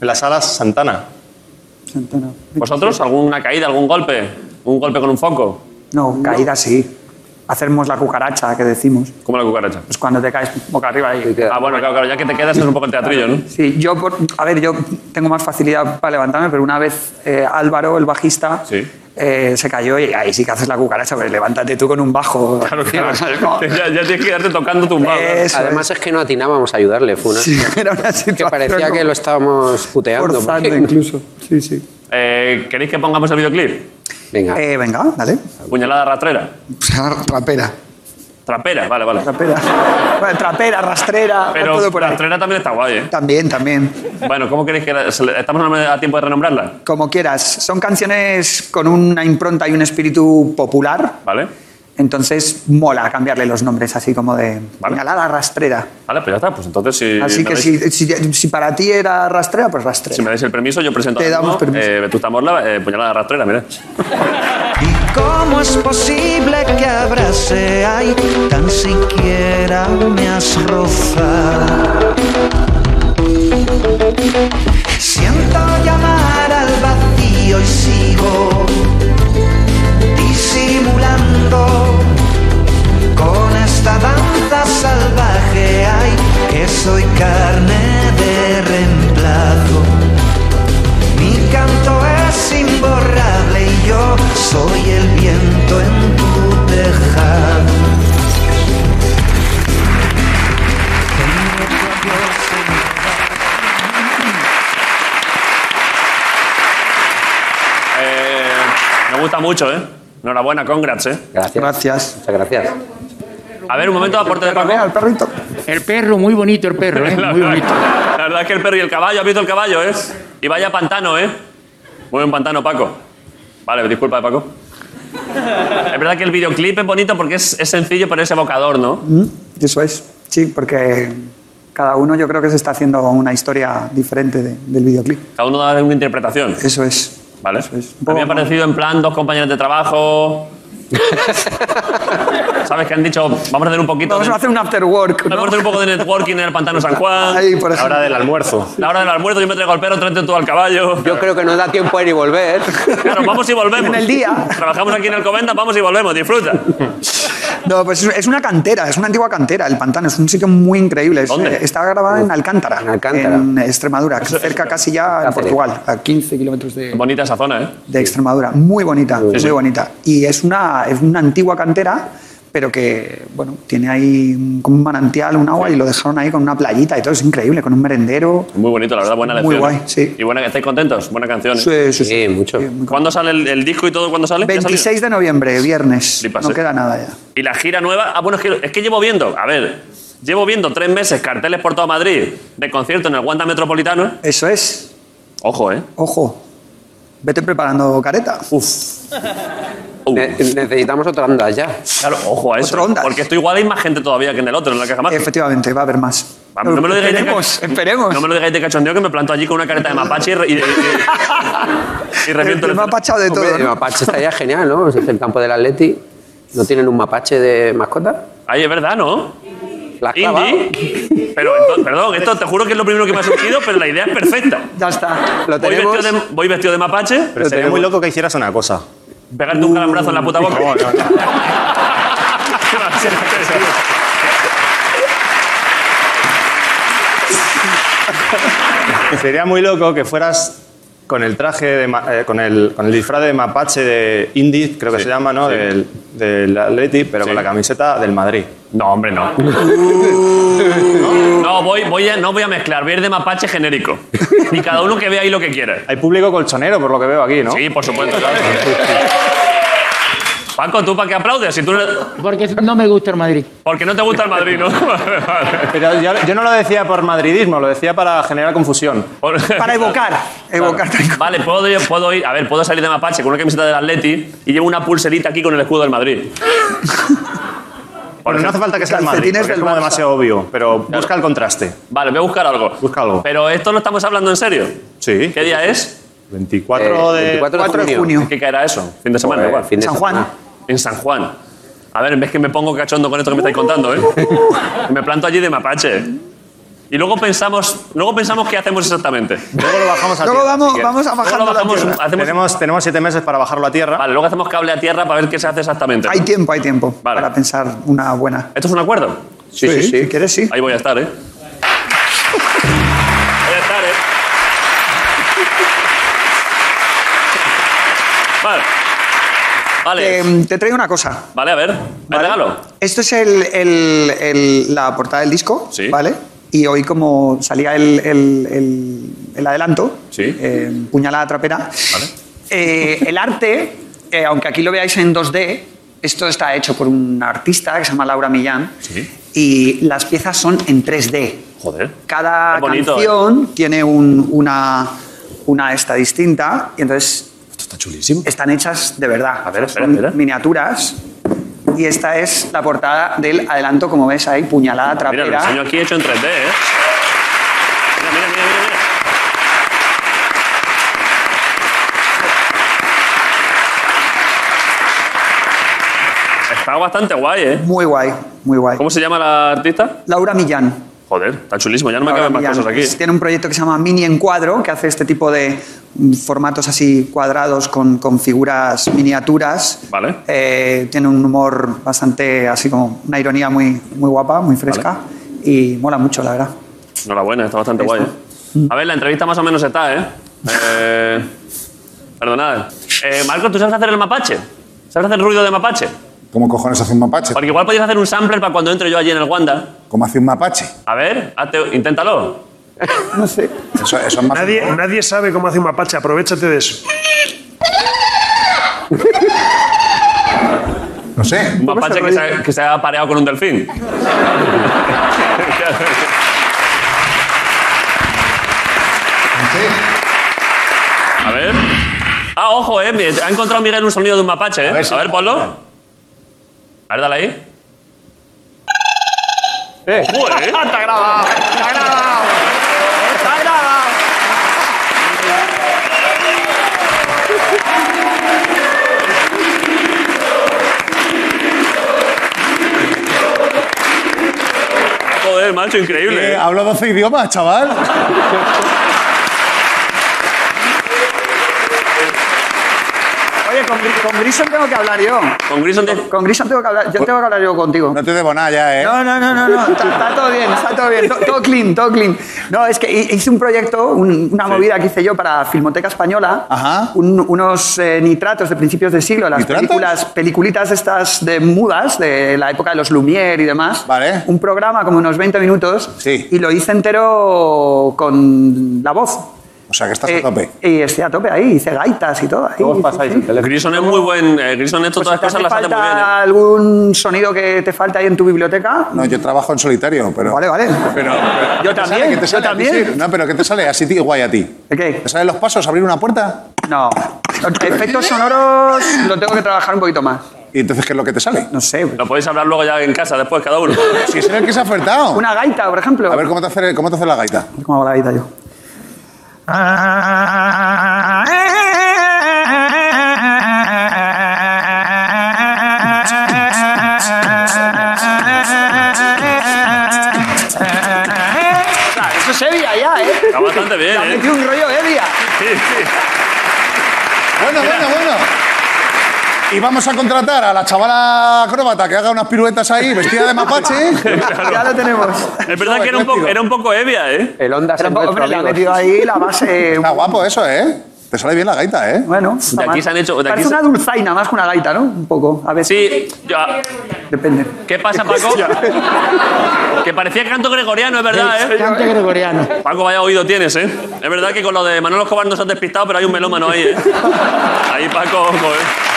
Speaker 12: en las salas Santana.
Speaker 11: Santana.
Speaker 1: ¿Vosotros? ¿Alguna caída, algún golpe? ¿Un golpe con un foco?
Speaker 11: No, caída sí. Hacernos la cucaracha que decimos.
Speaker 1: Como la cucaracha.
Speaker 11: Pues cuando te caes boca arriba ahí.
Speaker 1: Ah, bueno, claro, claro, ya que te quedas es un poco el teatrillo, ¿no?
Speaker 11: Sí, yo, por- a ver, yo tengo más facilidad para levantarme, pero una vez eh, Álvaro, el bajista,
Speaker 1: Sí.
Speaker 11: eh, se cayó y ahí sí que haces la cucaracha, pero levántate tú con un bajo.
Speaker 1: Claro,
Speaker 12: (laughs)
Speaker 1: claro.
Speaker 11: ¿sabes cómo?
Speaker 1: ya, ya tienes que quedarte tocando tumbado. ¿no?
Speaker 11: Eso
Speaker 13: además es que no atinábamos a ayudarle. Fue una...
Speaker 11: Sí, (laughs) era una
Speaker 13: Que
Speaker 11: situación
Speaker 13: parecía
Speaker 11: como
Speaker 13: que lo estábamos puteando.
Speaker 11: forzando
Speaker 13: porque-
Speaker 11: incluso. Sí, sí.
Speaker 1: Eh, ¿Queréis que pongamos el videoclip?
Speaker 13: Venga.
Speaker 11: Eh, venga, dale.
Speaker 1: Puñalada rastrera.
Speaker 11: (laughs) Trapera.
Speaker 1: Trapera, vale, vale.
Speaker 11: Trapera. Bueno, trapera, rastrera,
Speaker 1: Pero
Speaker 11: todo por ahí.
Speaker 1: rastrera también está guay, ¿eh?
Speaker 11: También, también.
Speaker 1: Bueno, ¿cómo queréis que la- se le- ¿Estamos a tiempo de renombrarla?
Speaker 11: Como quieras. Son canciones con una impronta y un espíritu popular.
Speaker 1: ¿Vale?
Speaker 11: Entonces mola cambiarle los nombres así como de
Speaker 1: Vale.
Speaker 11: puñalada rastrera.
Speaker 1: Vale, pues ya está. Pues entonces si,
Speaker 11: así
Speaker 1: me
Speaker 11: que
Speaker 1: dais,
Speaker 11: si, si- si para ti era rastrera, pues rastrera.
Speaker 1: si me dais el permiso, yo presento
Speaker 11: Te
Speaker 1: ahora mismo,
Speaker 11: damos permiso.
Speaker 1: eh, Vetusta Morla, eh, puñalada rastrera, mira.
Speaker 14: ¿Cómo es posible que abrace ay, tan siquiera me has rozado? Siento llamar al vacío y sigo disimulando con esta danza salvaje. Ay, que soy carne de reemplazo. Mi canto es imborrable y yo soy el viento en tu tejado.
Speaker 1: Eh, me gusta mucho, ¿eh? Enhorabuena, congrats, ¿eh?
Speaker 13: Gracias. Gracias. Muchas gracias.
Speaker 1: A ver, un momento, aporte de Paco.
Speaker 3: El perrito. El perro, muy bonito el perro, ¿eh?
Speaker 1: (laughs) La
Speaker 3: Muy bonito.
Speaker 1: verdad, la verdad es que el perro y el caballo, ¿has visto el caballo, eh? Y vaya pantano, ¿eh? Muy buen pantano, Paco. Vale, disculpa, eh, Paco. Es verdad que el videoclip es bonito porque es, es sencillo, pero es evocador, ¿no?
Speaker 11: Mm, Eso es, sí, porque cada uno yo creo que se está haciendo una historia diferente de- del videoclip.
Speaker 1: Cada uno da una interpretación.
Speaker 11: Eso es.
Speaker 1: Vale. A mí me ha parecido en plan dos compañeros
Speaker 11: (laughs)
Speaker 1: de trabajo. ¿Sabes que han dicho? Vamos a hacer un poquito.
Speaker 11: Vamos
Speaker 1: de-
Speaker 11: a hacer un after work.
Speaker 1: Vamos a hacer un poco de networking en el pantano San Juan.
Speaker 13: Ahí, por La hora ejemplo. del
Speaker 1: almuerzo. La hora del almuerzo, yo me traigo al perro, tráete tú al caballo.
Speaker 13: Yo creo que no da tiempo a ir y volver.
Speaker 1: Claro, vamos y volvemos.
Speaker 11: En el día.
Speaker 1: Trabajamos aquí en el Comenda, vamos y volvemos, disfruta.
Speaker 11: No, pues es- es una cantera, es una antigua cantera, el pantano, es un sitio muy increíble. Es-
Speaker 1: ¿Dónde?
Speaker 11: eh, Está grabada en Alcántara, en,
Speaker 13: Alcántara.
Speaker 11: Extremadura, cerca casi ya en Portugal, a 15 kilómetros de,
Speaker 1: Bonita esa zona, ¿eh?
Speaker 11: de Extremadura. Muy bonita, muy
Speaker 1: sí.
Speaker 11: bonita. Y es una, es una antigua cantera, pero que, bueno, tiene ahí un, como un manantial, un agua, y lo dejaron ahí con una playita y todo, es increíble, con un merendero.
Speaker 1: Muy bonito, la verdad, buena
Speaker 11: Muy
Speaker 1: lección.
Speaker 11: guay,
Speaker 1: ¿eh? Y buena, ¿estáis contentos? Buena canción, ¿eh?
Speaker 11: Sí, sí, sí.
Speaker 13: mucho.
Speaker 1: ¿Cuándo sale el, el disco y todo? ¿Cuándo sale? ¿Ya salió?
Speaker 11: 26 de noviembre, viernes.
Speaker 1: Flipas,
Speaker 11: no
Speaker 1: ¿eh?
Speaker 11: queda nada ya.
Speaker 1: Y la gira nueva. Ah, bueno, es que, es que llevo viendo, a ver, llevo viendo tres meses carteles por todo Madrid de concierto en el Wanda Metropolitano.
Speaker 11: Eso es.
Speaker 1: Ojo, ¿eh?
Speaker 11: Ojo, vete preparando careta.
Speaker 1: Uf.
Speaker 13: Ne- necesitamos otra onda ya.
Speaker 1: Claro, ojo a eso. Porque esto igual hay más gente todavía que en el otro, en la caja más.
Speaker 11: Efectivamente, va a haber más.
Speaker 1: No me lo digáis
Speaker 11: Esperemos,
Speaker 1: de ca-
Speaker 11: esperemos.
Speaker 1: No me lo digáis de cachondeo que me planto allí con una careta de mapache y, y, y- y reviento el,
Speaker 11: El mapachado de todo.
Speaker 13: Hombre, el
Speaker 11: ¿no?
Speaker 13: mapache estaría genial, ¿no? Es el campo del Atleti. ¿No tienen un mapache de mascota?
Speaker 1: Ay, es verdad, ¿no?
Speaker 13: La has clavado.
Speaker 1: Indie. Pero, ento- perdón, esto te juro que es lo primero que me ha surgido, pero la idea es perfecta.
Speaker 11: Ya está.
Speaker 13: Lo
Speaker 1: Voy
Speaker 13: tenemos.
Speaker 1: vestido de, voy vestido de mapache,
Speaker 12: Pero sería muy loco que hicieras una cosa.
Speaker 1: pegarte un calambrazo en la puta boca.
Speaker 12: No, no, no. Sería muy loco que fueras con el traje, de ma- eh, con, el, con el disfraz de mapache de Indy, creo que se llama, ¿no? Del, del Atleti, pero con la camiseta del Madrid. (laughs)
Speaker 1: No, hombre, no. No, voy, voy a, no voy a mezclar, voy a ir de mapache genérico. Y cada uno que vea ahí lo que quiera.
Speaker 12: Hay público colchonero, por lo que veo aquí, ¿no?
Speaker 1: Sí, por supuesto, claro. Paco, ¿tú para qué aplaudes? Si tú no-
Speaker 3: Porque no me gusta el Madrid.
Speaker 1: porque no te gusta el Madrid, ¿no? (laughs) Vale, vale.
Speaker 12: Pero yo, yo no lo decía por madridismo, lo decía para generar confusión.
Speaker 1: Por-
Speaker 11: Para evocar. Evocar.
Speaker 1: Vale, puedo ir, puedo ir- a ver, puedo salir de mapache con una camiseta del Atleti y llevo una pulserita aquí con el escudo del Madrid.
Speaker 12: Bueno, no hace falta que sea el Madrid,
Speaker 11: Calcetines
Speaker 12: porque es
Speaker 11: del
Speaker 12: como
Speaker 11: Barça.
Speaker 12: demasiado obvio, pero busca el contraste.
Speaker 1: Vale, voy a buscar algo.
Speaker 12: Busca algo.
Speaker 1: Pero esto lo estamos hablando en serio.
Speaker 12: Sí.
Speaker 1: ¿Qué día es?
Speaker 12: 24
Speaker 13: Eh,
Speaker 12: de...
Speaker 13: 24 de
Speaker 11: 4 de
Speaker 13: junio.
Speaker 11: junio.
Speaker 1: ¿Qué caerá eso? Fin de semana,
Speaker 13: Joder,
Speaker 1: igual.
Speaker 13: fin de
Speaker 11: San
Speaker 13: semana.
Speaker 11: Juan.
Speaker 1: En San Juan. A ver, ves que me pongo cachondo con esto que me estáis contando, ¿eh?
Speaker 11: Uh.
Speaker 1: me planto allí de mapache. Y luego pensamos, luego pensamos qué hacemos exactamente.
Speaker 12: Luego lo bajamos a
Speaker 11: Luego
Speaker 12: tierra.
Speaker 11: vamos,
Speaker 12: si quieres.
Speaker 11: vamos a
Speaker 1: Luego
Speaker 11: bajar
Speaker 1: lo bajamos,
Speaker 11: la tierra.
Speaker 1: hacemos-
Speaker 12: Tenemos, tenemos siete meses para bajarlo a tierra.
Speaker 1: Vale, luego hacemos cable a tierra para ver qué se hace exactamente.
Speaker 11: Hay tiempo, hay tiempo
Speaker 1: Vale.
Speaker 11: para pensar una buena.
Speaker 1: ¿Esto es un acuerdo?
Speaker 13: Sí, sí, sí.
Speaker 11: Si quieres, sí.
Speaker 1: Ahí voy a estar, ¿eh? voy a estar, ¿eh? Vale. Vale.
Speaker 11: Eh, te traigo una cosa.
Speaker 1: Vale, a ver. ¿Me regalo?
Speaker 11: Esto es el- el- el- la portada del disco,
Speaker 1: Sí.
Speaker 11: ¿vale? Y hoy como salía el, el- el- el adelanto,
Speaker 1: Sí.
Speaker 11: eh, puñalada trapera, eh, el arte, eh, aunque aquí lo veáis en 2D, esto está hecho por un artista que se llama Laura Millán
Speaker 1: Sí.
Speaker 11: y las piezas son en 3D.
Speaker 1: Joder.
Speaker 11: Cada
Speaker 1: Qué bonito, ¿eh?
Speaker 11: canción tiene un- una, una esta distinta y entonces están hechas de verdad.
Speaker 1: A ver, espera,
Speaker 11: Son
Speaker 1: espera.
Speaker 11: miniaturas. Y esta es la portada del adelanto, como ves ahí, puñalada
Speaker 1: Mira, lo
Speaker 11: trapera.
Speaker 1: enseño aquí hecho en 3D, ¿eh? Mira, mira, mira, mira. mira. Está bastante guay, ¿eh?
Speaker 11: Muy guay, muy guay.
Speaker 1: ¿eh? ¿Cómo se llama la artista?
Speaker 11: Laura Millán.
Speaker 1: Joder, está chulísimo, ya no me
Speaker 11: Ahora
Speaker 1: caben más
Speaker 11: Millán
Speaker 1: cosas aquí.
Speaker 11: Tiene un proyecto que se llama Mini Encuadro, que hace este tipo de mm, formatos así cuadrados con, con figuras miniaturas.
Speaker 1: Vale.
Speaker 11: Eh, tiene un humor bastante, así como una ironía muy, muy guapa, muy fresca. Y mola mucho, la verdad.
Speaker 1: Enhorabuena, está bastante guay. ¿eh? A ver, la entrevista más o menos está, ¿eh? eh perdonad. Eh, Marco, ¿tú sabes hacer el mapache? ¿Sabes hacer ruido de mapache?
Speaker 6: ¿Cómo cojones hace un mapache?
Speaker 1: Porque igual podías hacer un sampler para cuando entre yo allí en el Wanda.
Speaker 6: ¿Cómo hace un mapache?
Speaker 1: A ver, hazte- inténtalo.
Speaker 11: No sé.
Speaker 6: Eso, eso es más
Speaker 5: Nadie, nadie sabe cómo hace un mapache, aprovechate de eso.
Speaker 6: No sé.
Speaker 1: Un mapache que se, ha, que se ha pareado con un delfín. A ver. Ah, ojo, eh. me- Ha encontrado Miguel un sonido de un mapache, eh. A ver, ponlo. A ver, dale ahí. ¡Eh! ¡Está grabado!
Speaker 14: ¡Está grabado! ¡Está grabado!
Speaker 1: Joder, macho, increíble.
Speaker 6: Eh, hablo 12 idiomas, chaval.
Speaker 11: Oye, con, Gri- con Grison tengo que hablar yo.
Speaker 1: Con Grison,
Speaker 11: con Grison tengo que hablar. Yo tengo que hablar yo contigo.
Speaker 6: No te debo nada ya, ¿eh?
Speaker 11: No, no, no, no, no. (laughs) Está, está todo bien, está todo bien. Todo, todo clean, todo clean. No, es que hi- hice un proyecto, un- una movida que hice yo para Filmoteca Española. un- unos eh, nitratos de principios de siglo, las películas, peliculitas estas de mudas, de la época de los Lumière y demás. Vale. Un programa como unos 20 minutos. Sí. Y lo hice entero con la voz. Eh,
Speaker 6: O sea, que estás a tope.
Speaker 11: Y estoy a tope ahí, hice gaitas y todo. ahí, sí, sí.
Speaker 1: Grison es muy buen. eh, Grison, esto, todas las
Speaker 11: ¿Te
Speaker 1: cosas las hace muy bien. eh.
Speaker 11: falta algún sonido que te falta ahí en tu biblioteca?
Speaker 6: No, yo trabajo en solitario, pero.
Speaker 11: Vale, vale.
Speaker 6: Pero, pero-
Speaker 11: Yo
Speaker 6: ¿qué te
Speaker 11: también,
Speaker 6: sale? ¿Qué
Speaker 11: yo
Speaker 6: te sale a ti,
Speaker 11: también.
Speaker 6: sí? No, pero ¿qué te sale así ti- guay a ti?
Speaker 11: qué?
Speaker 6: ¿Te salen los pasos? ¿Abrir una puerta?
Speaker 11: No. Efectos sonoros lo tengo que trabajar un poquito más.
Speaker 6: ¿Y entonces qué es lo que te sale?
Speaker 11: No sé.
Speaker 1: Lo podéis hablar luego ya en casa, después cada uno.
Speaker 6: Si es el que se ha ofertado.
Speaker 11: Una gaita, por ejemplo.
Speaker 6: A ver, ¿cómo te hace, cómo te hace la gaita?
Speaker 11: ¿Cómo hago la gaita yo? Ah. Claro, Eso es Evia ya, ¿eh?
Speaker 1: Está bastante bien,
Speaker 11: Le ha
Speaker 1: ¿eh?
Speaker 11: metido un rollo Evia.
Speaker 6: Bueno, bueno, bueno. Y vamos a contratar a la chavala acróbata que haga unas piruetas ahí, vestida
Speaker 11: (laughs)
Speaker 6: de mapache.
Speaker 11: Ya lo tenemos.
Speaker 1: Es verdad que era un, poco, era un poco ebia, ¿eh?
Speaker 13: El Honda se
Speaker 11: Pero, hombre, le ha metido ahí la base.
Speaker 6: Está guapo eso, ¿eh? Te sale bien la gaita, ¿eh?
Speaker 11: Bueno,
Speaker 1: De aquí se han hecho. de aquí
Speaker 11: Parece
Speaker 1: se-
Speaker 11: una dulzaina más que una gaita, ¿no? Un poco, a veces.
Speaker 1: Sí, yo- ah,
Speaker 11: Depende.
Speaker 1: ¿qué pasa, Paco? que parecía canto gregoriano, es verdad, ¿eh?
Speaker 3: Cante gregoriano.
Speaker 1: Paco, vaya oído tienes, ¿eh? Es verdad que con lo de Manolo Escobar nos has despistado, pero hay un melómano ahí, ¿eh? Ahí, Paco, ojo, ¿eh?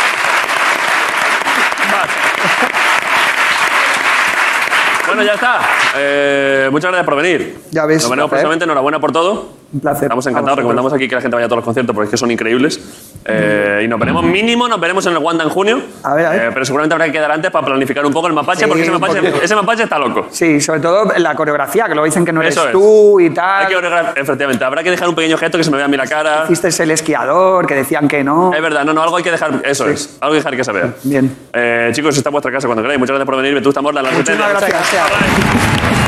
Speaker 1: Bueno, ya está. Eh, muchas gracias por venir.
Speaker 11: Ya ves,
Speaker 1: Nos
Speaker 11: un placer.
Speaker 1: veremos próximamente. Enhorabuena por todo.
Speaker 11: Un placer.
Speaker 1: Estamos encantados. Recomendamos aquí que la gente vaya a todos los conciertos porque es que son increíbles. Eh, y nos veremos mínimo, nos veremos en el Wanda en junio.
Speaker 11: A ver, a ver.
Speaker 1: Eh, pero seguramente habrá que quedar antes para planificar un poco el mapache
Speaker 11: Sí,
Speaker 1: porque ese
Speaker 11: un
Speaker 1: mapache,
Speaker 11: poquito.
Speaker 1: ese mapache está loco.
Speaker 11: Sí, sobre todo la coreografía, que lo dicen que no eres
Speaker 1: Eso es.
Speaker 11: tú y
Speaker 1: Hay
Speaker 11: tal.
Speaker 1: que ordenar- efectivamente, habrá que dejar un pequeño gesto que se me vea a mí la cara.
Speaker 11: Hiciste Este el esquiador, que decían que no.
Speaker 1: Es verdad, no, no, algo hay que dejar, eso es, algo hay que dejar que se vea.
Speaker 11: Bien.
Speaker 1: Eh, chicos, está en vuestra casa cuando queráis. Muchas gracias por venir. Vetusta Morla, la
Speaker 11: Muchísimas gracias.